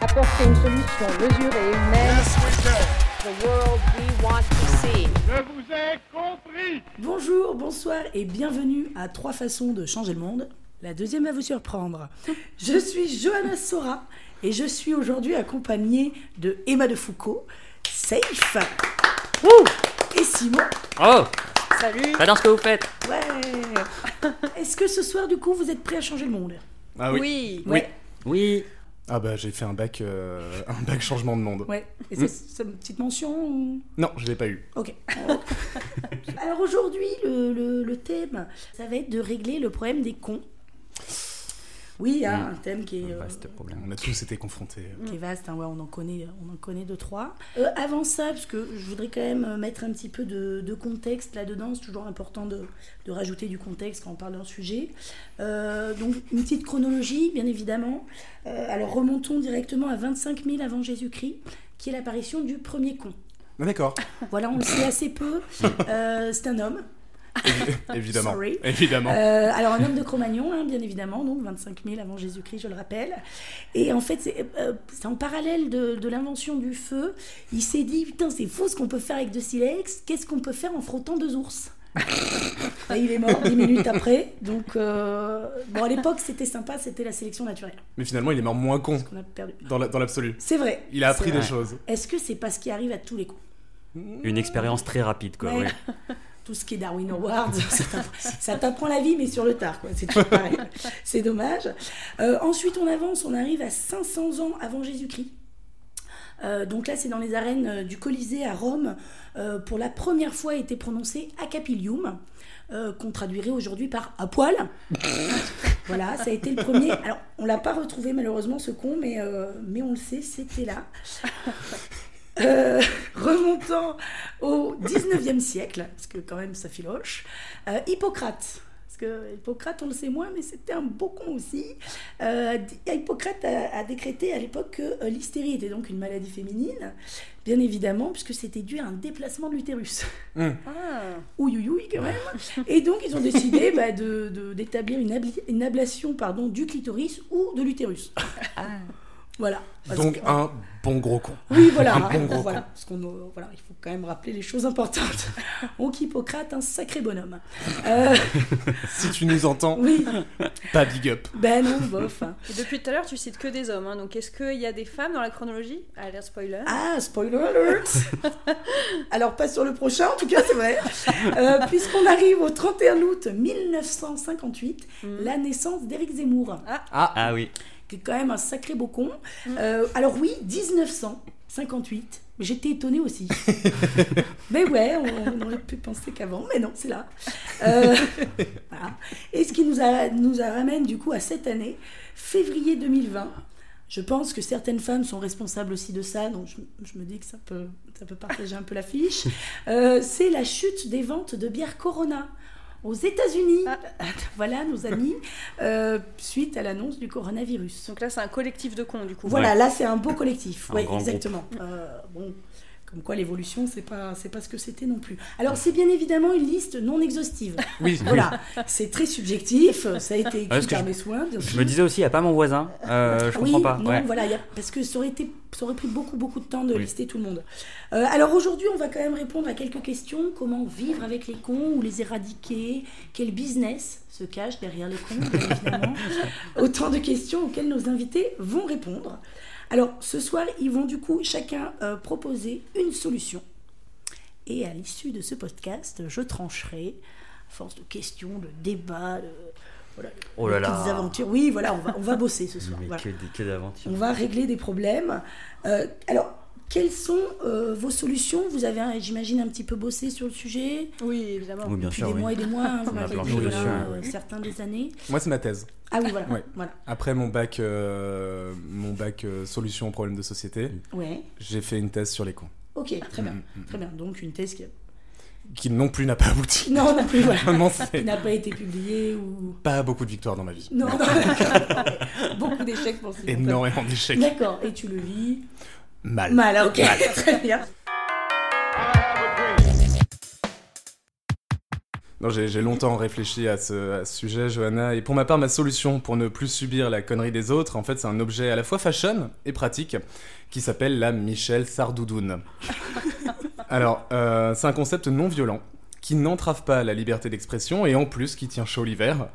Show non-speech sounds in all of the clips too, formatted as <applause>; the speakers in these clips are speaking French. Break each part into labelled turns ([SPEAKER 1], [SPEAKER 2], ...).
[SPEAKER 1] apporter une solution mesurée et humaine.
[SPEAKER 2] The world we want to see.
[SPEAKER 3] Je vous ai compris
[SPEAKER 4] Bonjour, bonsoir et bienvenue à Trois façons de changer le monde. La deuxième va vous surprendre. Je suis Johanna Sora et je suis aujourd'hui accompagnée de Emma de Foucault, Safe Ouh et Simon.
[SPEAKER 5] Oh,
[SPEAKER 1] Salut
[SPEAKER 5] j'adore ce que vous faites.
[SPEAKER 4] Ouais. Est-ce que ce soir, du coup, vous êtes prêts à changer le monde
[SPEAKER 6] Ah oui.
[SPEAKER 1] Oui,
[SPEAKER 6] Oui.
[SPEAKER 5] Oui,
[SPEAKER 6] Ah bah j'ai fait un bac, euh, <laughs> un bac changement de monde.
[SPEAKER 4] Ouais. Et ça, c'est une petite mention ou...
[SPEAKER 6] Non, je l'ai pas eu.
[SPEAKER 4] Ok. <laughs> Alors aujourd'hui, le, le- le thème, ça va être de régler le problème des cons. Oui, hein, un thème qui est, euh,
[SPEAKER 5] vaste problème.
[SPEAKER 6] On a tous été confrontés.
[SPEAKER 4] qui est vaste, hein, ouais, on, en connaît, on en connaît deux, trois. Euh, avant ça, parce que je voudrais quand même euh, mettre un petit peu de, de contexte là-dedans, c'est toujours important de, de rajouter du contexte quand on parle d'un sujet. Euh, donc une petite chronologie, bien évidemment. Euh, alors remontons directement à 25 000 avant Jésus-Christ, qui est l'apparition du premier con. <laughs>
[SPEAKER 6] Ah, D'accord,
[SPEAKER 4] Voilà, on le sait assez peu. Euh, c'est un homme.
[SPEAKER 6] évidemment.
[SPEAKER 4] Sorry.
[SPEAKER 6] Évidemment.
[SPEAKER 4] Euh, alors un homme de Cro-Magnon, hein, bien évidemment, donc 25 000 avant Jésus-Christ, je le rappelle. Et en fait, c'est euh, c'est en parallèle de, de l'invention du feu. Il s'est dit, putain, c'est fou ce qu'on peut faire avec de silex. Qu'est-ce qu'on peut faire en frottant deux
[SPEAKER 6] <laughs>
[SPEAKER 4] ours Et il est mort 10 minutes après. Donc, euh, bon, à l'époque, c'était sympa, c'était la sélection naturelle
[SPEAKER 6] Mais finalement, il est mort moins con
[SPEAKER 4] qu'on a perdu.
[SPEAKER 6] dans la- dans l'absolu.
[SPEAKER 4] C'est vrai.
[SPEAKER 6] il a
[SPEAKER 4] c'est
[SPEAKER 6] appris des
[SPEAKER 4] vrai.
[SPEAKER 6] choses.
[SPEAKER 4] Est-ce que c'est pas ce qui arrive à tous les coups
[SPEAKER 5] Une expérience très rapide, quoi.
[SPEAKER 4] Ouais.
[SPEAKER 5] oui.
[SPEAKER 4] <laughs> tout ce qui est Darwin Awards, <laughs> ça t'apprend- ça t'apprend la vie, mais sur le tard, quoi. C'est toujours pareil. C'est dommage. Euh, ensuite, on avance, on arrive à 500 ans avant Jésus-Christ. Euh, donc là, c'est dans les arènes euh, du Colisée à Rome. Euh, pour la première fois, a été prononcé Acapilium, euh, qu'on traduirait aujourd'hui par à poil. voilà, ça a été le premier. Alors, on l'a pas retrouvé malheureusement ce con, mais, euh, mais on le sait, c'était là. Euh, <laughs> remontant au 19e siècle, parce que quand même ça filoche, euh, Hippocrate. Parce que Hippocrate, on le sait moins, mais c'était un beau con aussi. Euh, Hippocrate a, a décrété à l'époque que euh, l'hystérie était donc une maladie féminine, bien évidemment, puisque c'était dû à un déplacement de l'utérus. Ouïe, ouïe, ouïe, quand même. Et donc, ils ont décidé bah, de- de- d'établir une, abli- une ablation pardon, du clitoris ou de l'utérus. Voilà. Parce
[SPEAKER 6] Donc
[SPEAKER 4] que-
[SPEAKER 6] un bon gros con.
[SPEAKER 4] oui, voilà.
[SPEAKER 6] Un bon gros
[SPEAKER 4] voilà. Parce qu'on, euh, voilà, il faut quand même rappeler les choses importantes. <laughs> Donc Hippocrate, un sacré bonhomme. Euh, <laughs>
[SPEAKER 6] Si tu nous entends,
[SPEAKER 4] oui,
[SPEAKER 6] pas big up.
[SPEAKER 4] ben non, bof. hein.
[SPEAKER 7] Et depuis tout à l'heure, tu cites que des hommes, hein, donc est-ce qu'il y a des femmes dans la chronologie Alerte spoiler.
[SPEAKER 4] Ah, spoiler alert <laughs> Alors, pas sur le prochain, en tout cas, c'est vrai. Euh, Puisqu'on arrive au 31 août 1958, la naissance d'Éric Zemmour,
[SPEAKER 5] Ah, ah oui.
[SPEAKER 4] qui est quand même un sacré beau con. Euh, alors oui, 1958, mais j'étais étonnée aussi. mais ouais, on, on aurait pu penser qu'avant, mais non, c'est là. Euh, voilà. Et ce qui nous, a, nous a ramène du coup à cette année, février 2020. Je pense que certaines femmes sont responsables aussi de ça, donc je, je me dis que ça peut, ça peut partager un peu l'affiche. Euh, c'est la chute des ventes de bière Corona aux États-Unis. <laughs> Voilà, nos amis, euh, suite à l'annonce du coronavirus.
[SPEAKER 7] Donc là, c'est un collectif de cons, du coup.
[SPEAKER 4] Voilà, là c'est un beau collectif.
[SPEAKER 5] Un
[SPEAKER 4] Oui,
[SPEAKER 5] grand groupe.
[SPEAKER 4] exactement. Euh, bon, comme quoi l'évolution, c'est pas, c'est pas ce que c'était non plus. Alors c'est bien évidemment une liste non exhaustive.
[SPEAKER 6] Oui.
[SPEAKER 4] Voilà, c'est très subjectif. Ça a été
[SPEAKER 5] Ah, parce
[SPEAKER 4] écrit
[SPEAKER 5] que
[SPEAKER 4] par
[SPEAKER 5] je-
[SPEAKER 4] mes soins. bien
[SPEAKER 5] Je
[SPEAKER 4] sûr.
[SPEAKER 5] me disais aussi, il n'y a pas mon voisin. Euh, je
[SPEAKER 4] oui,
[SPEAKER 5] comprends pas.
[SPEAKER 4] non,
[SPEAKER 5] ouais.
[SPEAKER 4] voilà, il y a- parce que ça aurait, été, ça aurait pris beaucoup, beaucoup de temps de
[SPEAKER 5] Oui.
[SPEAKER 4] lister tout le monde. Euh, alors aujourd'hui, on va quand même répondre à quelques questions. Comment vivre avec les cons ou les éradiquer Quel business se cache derrière les cons
[SPEAKER 5] <laughs>
[SPEAKER 4] bien évidemment Autant de questions auxquelles nos invités vont répondre. Alors ce soir, ils vont du coup chacun euh, proposer une solution. Et à l'issue de ce podcast, je trancherai, à force de questions, de débats, de, voilà,
[SPEAKER 5] Oh là
[SPEAKER 4] de
[SPEAKER 5] là.
[SPEAKER 4] petites aventures. Oui, voilà, on va, on va bosser ce soir.
[SPEAKER 5] <laughs> Mais
[SPEAKER 4] voilà.
[SPEAKER 5] que, des- que d'aventures.
[SPEAKER 4] On va régler des problèmes. Euh, alors, quelles sont euh, vos solutions Vous avez, un- j'imagine, un petit peu bossé sur le sujet
[SPEAKER 7] Oui, évidemment.
[SPEAKER 5] Oui, bien
[SPEAKER 4] depuis
[SPEAKER 5] sûr.
[SPEAKER 4] des
[SPEAKER 5] oui.
[SPEAKER 4] mois et des mois. hein, vous
[SPEAKER 5] <laughs> On a
[SPEAKER 4] m'avez
[SPEAKER 5] planché
[SPEAKER 4] dit,
[SPEAKER 5] dessus,
[SPEAKER 4] voilà,
[SPEAKER 5] ouais.
[SPEAKER 4] euh, certains des années.
[SPEAKER 6] Moi, c'est ma thèse.
[SPEAKER 4] Ah oui, voilà.
[SPEAKER 6] Ouais.
[SPEAKER 4] voilà.
[SPEAKER 6] Après mon bac, euh, mon bac euh, solution aux problèmes de société,
[SPEAKER 4] Ouais.
[SPEAKER 6] j'ai fait une thèse sur les cons.
[SPEAKER 4] Ok, très
[SPEAKER 5] Mm,
[SPEAKER 4] bien, très bien. Donc une thèse qui
[SPEAKER 6] Qui non plus n'a pas
[SPEAKER 4] <laughs>
[SPEAKER 6] abouti.
[SPEAKER 4] non non plus voilà,
[SPEAKER 6] Vraiment,
[SPEAKER 4] qui
[SPEAKER 6] c'est
[SPEAKER 4] n'a pas été publiée ou
[SPEAKER 6] pas beaucoup de victoires dans ma vie.
[SPEAKER 4] non, non d'accord. <laughs> beaucoup d'échecs pour ce
[SPEAKER 6] Énormément d'échecs.
[SPEAKER 4] D'accord, et tu le vis
[SPEAKER 6] Mal.
[SPEAKER 4] mal, ok, <laughs> très bien.
[SPEAKER 6] Non, j'ai j'ai longtemps réfléchi à ce, à ce sujet, Johanna. Et pour ma part, ma solution pour ne plus subir la connerie des autres, en fait, c'est un objet à la fois fashion et pratique qui s'appelle la Michel Sardoudoune. Alors, euh, c'est un concept non violent qui n'entrave pas la liberté d'expression et en plus qui tient chaud l'hiver.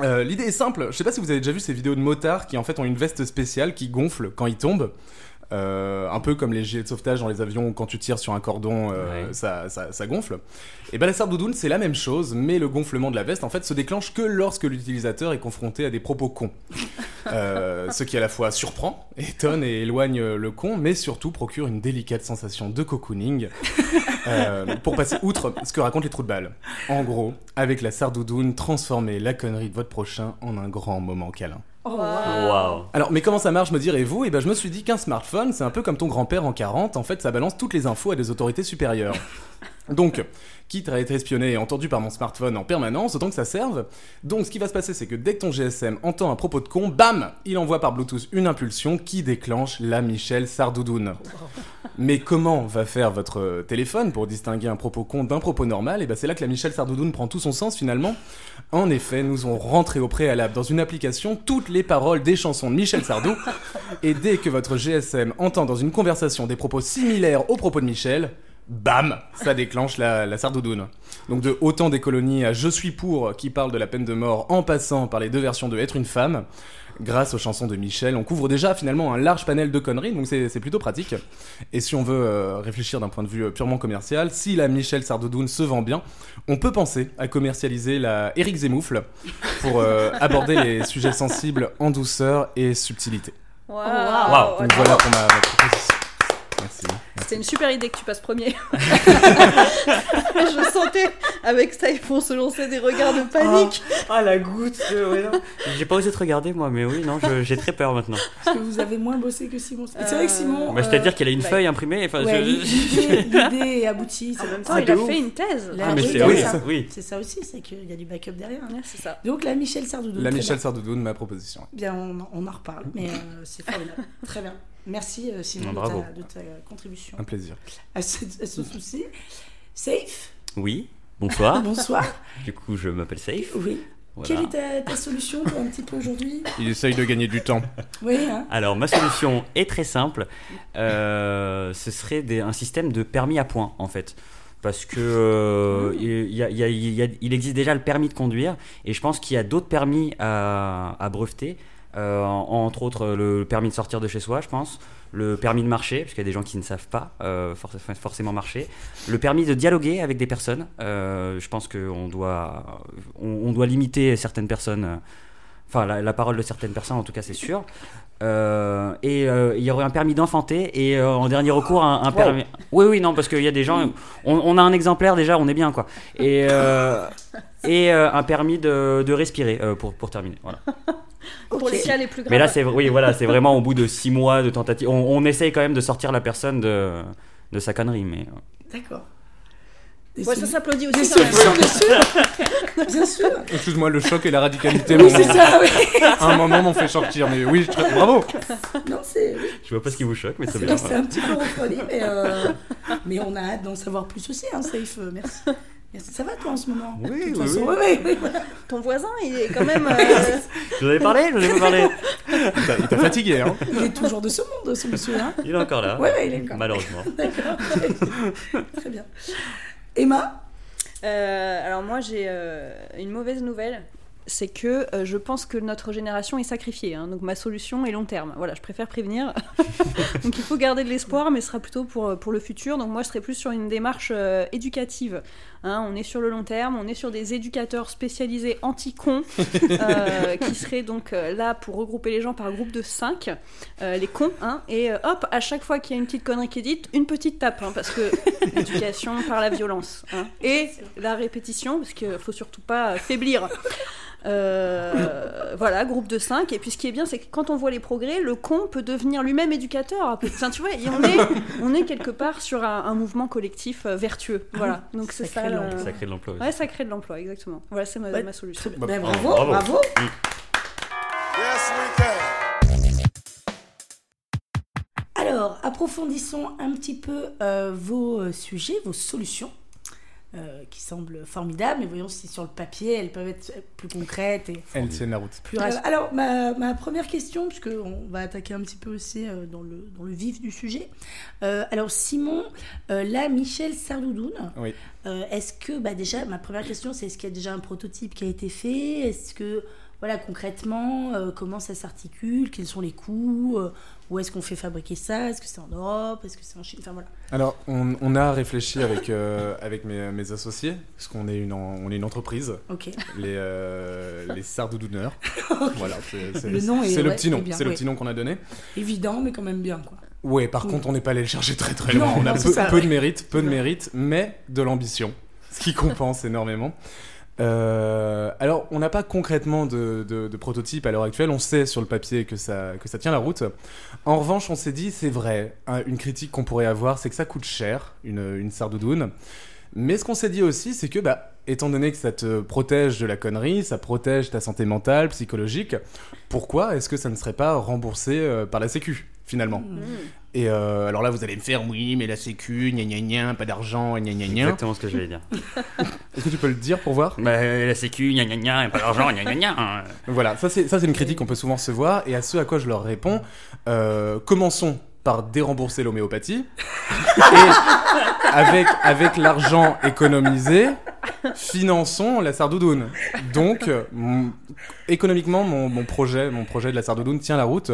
[SPEAKER 6] Euh, L'idée est simple. Je sais pas si vous avez déjà vu ces vidéos de motards qui en fait ont une veste spéciale qui gonfle quand ils tombent. Euh, un peu comme les gilets de sauvetage dans les avions où quand tu tires sur un cordon, euh,
[SPEAKER 5] Ouais.
[SPEAKER 6] ça, ça- ça gonfle. Et ben la sardoudoune c'est la même chose, mais le gonflement de la veste en fait se déclenche que lorsque l'utilisateur est confronté à des propos cons. Euh, ce qui à la fois surprend, étonne et éloigne le con, mais surtout procure une délicate sensation de cocooning euh, pour passer outre ce que racontent les trous de balle. En gros, avec la sardoudoune, transformez la connerie de votre prochain en un grand moment câlin.
[SPEAKER 4] Oh,
[SPEAKER 5] Waouh.
[SPEAKER 6] Alors, mais comment ça marche, me direz-vous Eh ben, je me suis dit qu'un smartphone, c'est un peu comme ton grand-père en 40, en fait, ça balance toutes les infos à des autorités supérieures. Donc, quitte à être espionné et entendu par mon smartphone en permanence, autant que ça serve. Donc, ce qui va se passer, c'est que dès que ton GSM entend un propos de con, bam Il envoie par Bluetooth une impulsion qui déclenche la Michel Sardoudoune. Mais comment va faire votre téléphone pour distinguer un propos con d'un propos normal Et ben, c'est là que la Michel Sardoudoune prend tout son sens finalement. En effet, nous ont rentré au préalable dans une application toutes les paroles des chansons de Michel Sardou. Et dès que votre GSM entend dans une conversation des propos similaires aux propos de Michel, bam, ça déclenche la, la sardoudoune. Donc de Autant des colonies à Je suis pour, qui parle de la peine de mort en passant par les deux versions de Être une femme. Grâce aux chansons de Michel, on couvre déjà finalement un large panel de conneries, donc c'est c'est plutôt pratique. Et si on veut euh, réfléchir d'un point de vue euh, purement commercial, si la Michel Sardoudoune se vend bien, on peut penser à commercialiser la Eric Zemmoufle pour euh, aborder
[SPEAKER 4] <laughs>
[SPEAKER 6] les sujets sensibles en douceur et subtilité.
[SPEAKER 4] Ah,
[SPEAKER 7] Waouh.
[SPEAKER 6] Donc voilà pour ma ma proposition. Merci.
[SPEAKER 7] C'était une super idée que tu passes premier. <laughs> Je sentais avec ça, ils vont se lancer des regards de panique.
[SPEAKER 5] Ah la goutte. <laughs> J'ai pas osé te regarder moi, mais oui, non, je- j'ai très peur maintenant.
[SPEAKER 4] Parce que vous avez moins bossé que Simon. C'est vrai que Simon.
[SPEAKER 5] Bah, C'est-à-dire
[SPEAKER 4] euh,
[SPEAKER 5] qu'il a une
[SPEAKER 7] ouais.
[SPEAKER 5] feuille imprimée. Enfin,
[SPEAKER 4] ouais,
[SPEAKER 5] je-
[SPEAKER 4] l'idée l'idée est aboutie.
[SPEAKER 7] En
[SPEAKER 4] c'est-
[SPEAKER 7] même temps,
[SPEAKER 5] Ah,
[SPEAKER 7] il
[SPEAKER 5] de
[SPEAKER 7] a
[SPEAKER 5] ouf.
[SPEAKER 7] fait une thèse.
[SPEAKER 4] La-
[SPEAKER 5] <laughs> Ah, mais
[SPEAKER 4] oui,
[SPEAKER 5] c'est
[SPEAKER 4] comme
[SPEAKER 5] oui,
[SPEAKER 4] ça.
[SPEAKER 5] oui.
[SPEAKER 4] C'est ça aussi, c'est qu'il y a du backup derrière. hein.
[SPEAKER 7] Ouais, c'est ça.
[SPEAKER 4] Donc la Michel Sardou.
[SPEAKER 6] La Michel Sardoudoune, ma proposition.
[SPEAKER 4] Bien, on, en- on en reparle, mais euh, c'est
[SPEAKER 6] <laughs>
[SPEAKER 4] formidable. Très bien. Merci euh, Simon
[SPEAKER 5] Non,
[SPEAKER 4] de
[SPEAKER 5] bravo.
[SPEAKER 4] ta- de, ta, contribution
[SPEAKER 6] Un plaisir.
[SPEAKER 4] à ce, à ce souci. Safe,
[SPEAKER 5] Oui. Bonsoir.
[SPEAKER 6] <laughs>
[SPEAKER 4] bonsoir.
[SPEAKER 5] du coup, je m'appelle Safe.
[SPEAKER 4] Oui.
[SPEAKER 5] Voilà.
[SPEAKER 4] Quelle est ta, ta solution pour un petit peu aujourd'hui
[SPEAKER 6] Il essaye de gagner du temps.
[SPEAKER 4] Oui, hein
[SPEAKER 5] <laughs> Alors, ma solution est très simple. Euh, ce serait des- un système de permis à points, en fait. Parce que euh, il, y a- il y a- il y a- il existe déjà le permis de conduire, et je pense qu'il y a d'autres permis à, à breveter. Euh, en- entre autres, le permis de sortir de chez soi, je pense. Le permis de marcher, parce qu'il y a des gens qui ne savent pas euh, forc- enfin, forcément marcher. Le permis de dialoguer avec des personnes. Euh, je pense qu'on doit, on, on doit limiter certaines personnes. euh, Enfin, la, la parole de certaines personnes, en tout cas, c'est sûr. Euh, et euh, il y aurait un permis d'enfanter et euh, en dernier recours un, un permis. Oui, oui, non, parce qu'il y a des gens. On, on a un exemplaire déjà, on est bien quoi. Et,
[SPEAKER 4] <laughs>
[SPEAKER 5] euh, et euh, un permis de, de respirer euh, pour, pour terminer. Voilà.
[SPEAKER 7] Pour les
[SPEAKER 4] Ok.
[SPEAKER 7] cas les plus graves.
[SPEAKER 5] Mais là, c'est oui, voilà, c'est vraiment au bout de six mois de tentative. On, on essaye quand même de sortir la personne de, de sa connerie, mais. euh,
[SPEAKER 4] D'accord.
[SPEAKER 7] Ouais, ça s'applaudit
[SPEAKER 4] Bien
[SPEAKER 7] aussi.
[SPEAKER 4] sûr,
[SPEAKER 7] quand même.
[SPEAKER 4] bien sûr, bien sûr.
[SPEAKER 6] Excuse-moi, le choc et la radicalité
[SPEAKER 4] Oui,
[SPEAKER 6] m'ont-
[SPEAKER 4] c'est ça, oui.
[SPEAKER 6] un moment m'ont fait sortir, mais oui, je- bravo
[SPEAKER 4] Non, c'est
[SPEAKER 5] Je vois pas ce qui vous choque, mais
[SPEAKER 4] c'est vrai
[SPEAKER 5] c'est bien.
[SPEAKER 4] que c'est un petit peu refroidi, mais, euh, mais on a hâte d'en savoir plus aussi, hein, Safe. euh, Merci. Merci. Ça va toi en ce moment
[SPEAKER 5] Oui,
[SPEAKER 4] De toute
[SPEAKER 5] oui,
[SPEAKER 4] façon,
[SPEAKER 5] oui.
[SPEAKER 4] oui, oui, oui.
[SPEAKER 7] Ton voisin, il est
[SPEAKER 5] <laughs>
[SPEAKER 7] quand même. euh,
[SPEAKER 5] Je vous avais parlé, je vous avais parlé.
[SPEAKER 6] Il t'a il t'a
[SPEAKER 4] <laughs>
[SPEAKER 6] fatigué, hein
[SPEAKER 4] Il est toujours de ce monde, ce monsieur. Hein.
[SPEAKER 5] Il est encore là.
[SPEAKER 4] Ouais, ouais, il est encore là.
[SPEAKER 5] Malheureusement.
[SPEAKER 4] D'accord. <laughs> Très bien. Emma
[SPEAKER 7] Euh, alors moi j'ai euh, une mauvaise nouvelle, c'est que euh, je pense que notre génération est sacrifiée. hein. donc ma solution est long terme. Voilà, je préfère prévenir. donc il faut garder de l'espoir, mais ce sera plutôt pour, pour le futur. Donc moi je serai plus sur une démarche euh, éducative. Hein, on est sur le long terme, on est sur des éducateurs spécialisés anti-cons euh, qui seraient donc euh, là pour regrouper les gens par groupe de 5, les cons. hein. et euh, hop, à chaque fois qu'il y a une petite connerie qui est dite, une petite tape, hein, parce que l'éducation par la violence hein. et la répétition parce qu'il faut surtout pas faiblir. Euh, voilà, groupe de 5. Et puis ce qui est bien, c'est que quand on voit les progrès, le con peut devenir lui-même éducateur. Enfin, tu vois, et
[SPEAKER 4] <laughs>
[SPEAKER 7] on, est, on est quelque part sur un, un mouvement collectif euh, vertueux.
[SPEAKER 4] <laughs>
[SPEAKER 7] Voilà, donc c'est
[SPEAKER 4] Ça
[SPEAKER 7] ça.
[SPEAKER 4] crée de
[SPEAKER 7] euh,
[SPEAKER 4] l'emploi.
[SPEAKER 5] Ça crée de l'emploi. aussi.
[SPEAKER 7] Ouais, ça crée de l'emploi, exactement. Voilà, c'est ma,
[SPEAKER 4] Ouais,
[SPEAKER 7] ma solution.
[SPEAKER 4] Bah, bravo,
[SPEAKER 5] bravo.
[SPEAKER 4] bravo. Alors, approfondissons un petit peu euh, vos euh, sujets, vos solutions. euh, qui semblent formidables, mais voyons si sur le papier elles peuvent être plus concrètes et
[SPEAKER 6] Elle tienne la route.
[SPEAKER 4] plus raci- Euh, Alors, ma, ma première question, puisque on va attaquer un petit peu aussi euh, dans, le, dans le vif du sujet. Euh, alors, Simon, euh, là, Michel Sardoudoun,
[SPEAKER 6] Oui.
[SPEAKER 4] euh, est-ce que, bah, déjà, ma première question, c'est est-ce qu'il y a déjà un prototype qui a été fait Est-ce que, voilà, concrètement, euh, comment ça s'articule Quels sont les coûts Euh, Où est-ce qu'on fait fabriquer ça Est-ce que c'est en Europe Est-ce que c'est en Chine Enfin, voilà.
[SPEAKER 6] Alors, on, on a réfléchi avec, euh, avec mes, mes associés, parce qu'on est une, en- on est une entreprise,
[SPEAKER 4] Ok.
[SPEAKER 6] les, euh, les Sardoudouneurs. Voilà, c'est c'est-
[SPEAKER 4] Le nom est-
[SPEAKER 6] c'est le
[SPEAKER 4] ouais,
[SPEAKER 6] petit
[SPEAKER 4] est
[SPEAKER 6] nom,
[SPEAKER 4] bien,
[SPEAKER 6] c'est le
[SPEAKER 4] oui.
[SPEAKER 6] petit nom qu'on a donné.
[SPEAKER 4] <laughs> Évident, mais quand même bien, quoi.
[SPEAKER 6] Ouais, par
[SPEAKER 4] Oui.
[SPEAKER 6] contre, on n'est pas allé le chercher très très
[SPEAKER 4] Mm. Non,
[SPEAKER 6] loin. on a
[SPEAKER 4] non,
[SPEAKER 6] peu,
[SPEAKER 4] c'est ça,
[SPEAKER 6] peu de
[SPEAKER 4] ouais.
[SPEAKER 6] mérite, peu de
[SPEAKER 4] Ouais.
[SPEAKER 6] mérite, mais de l'ambition, ce qui compense énormément. Euh, alors, on n'a pas concrètement de, de- de prototype à l'heure actuelle. On sait sur le papier que ça, que ça tient la route. En revanche, on s'est dit, c'est vrai, hein, une critique qu'on pourrait avoir, c'est que ça coûte cher, une, une sardoudoune. Mais ce qu'on s'est dit aussi, c'est que, bah, étant donné que ça te protège de la connerie, ça protège ta santé mentale, psychologique, pourquoi est-ce que ça ne serait pas remboursé euh, par la Sécu, finalement et euh, alors là, vous allez me faire, oui, mais la sécu, gna gna gna, pas d'argent, gna gna gna.
[SPEAKER 5] Exactement ce que j'allais dire.
[SPEAKER 6] Est-ce que tu peux le dire pour voir
[SPEAKER 5] Bah, la sécu, gna gna gna, y a pas d'argent, gna gna hein. gna.
[SPEAKER 6] Voilà, ça c'est ça, c'est une critique qu'on peut souvent se voir, et à ce à quoi je leur réponds, euh, commençons par dérembourser
[SPEAKER 7] <laughs>
[SPEAKER 6] l'homéopathie, et avec, avec l'argent économisé, finançons la sardoudoune. Donc, euh, mon- économiquement, mon, mon projet, mon projet de la sardoudoune tient la route,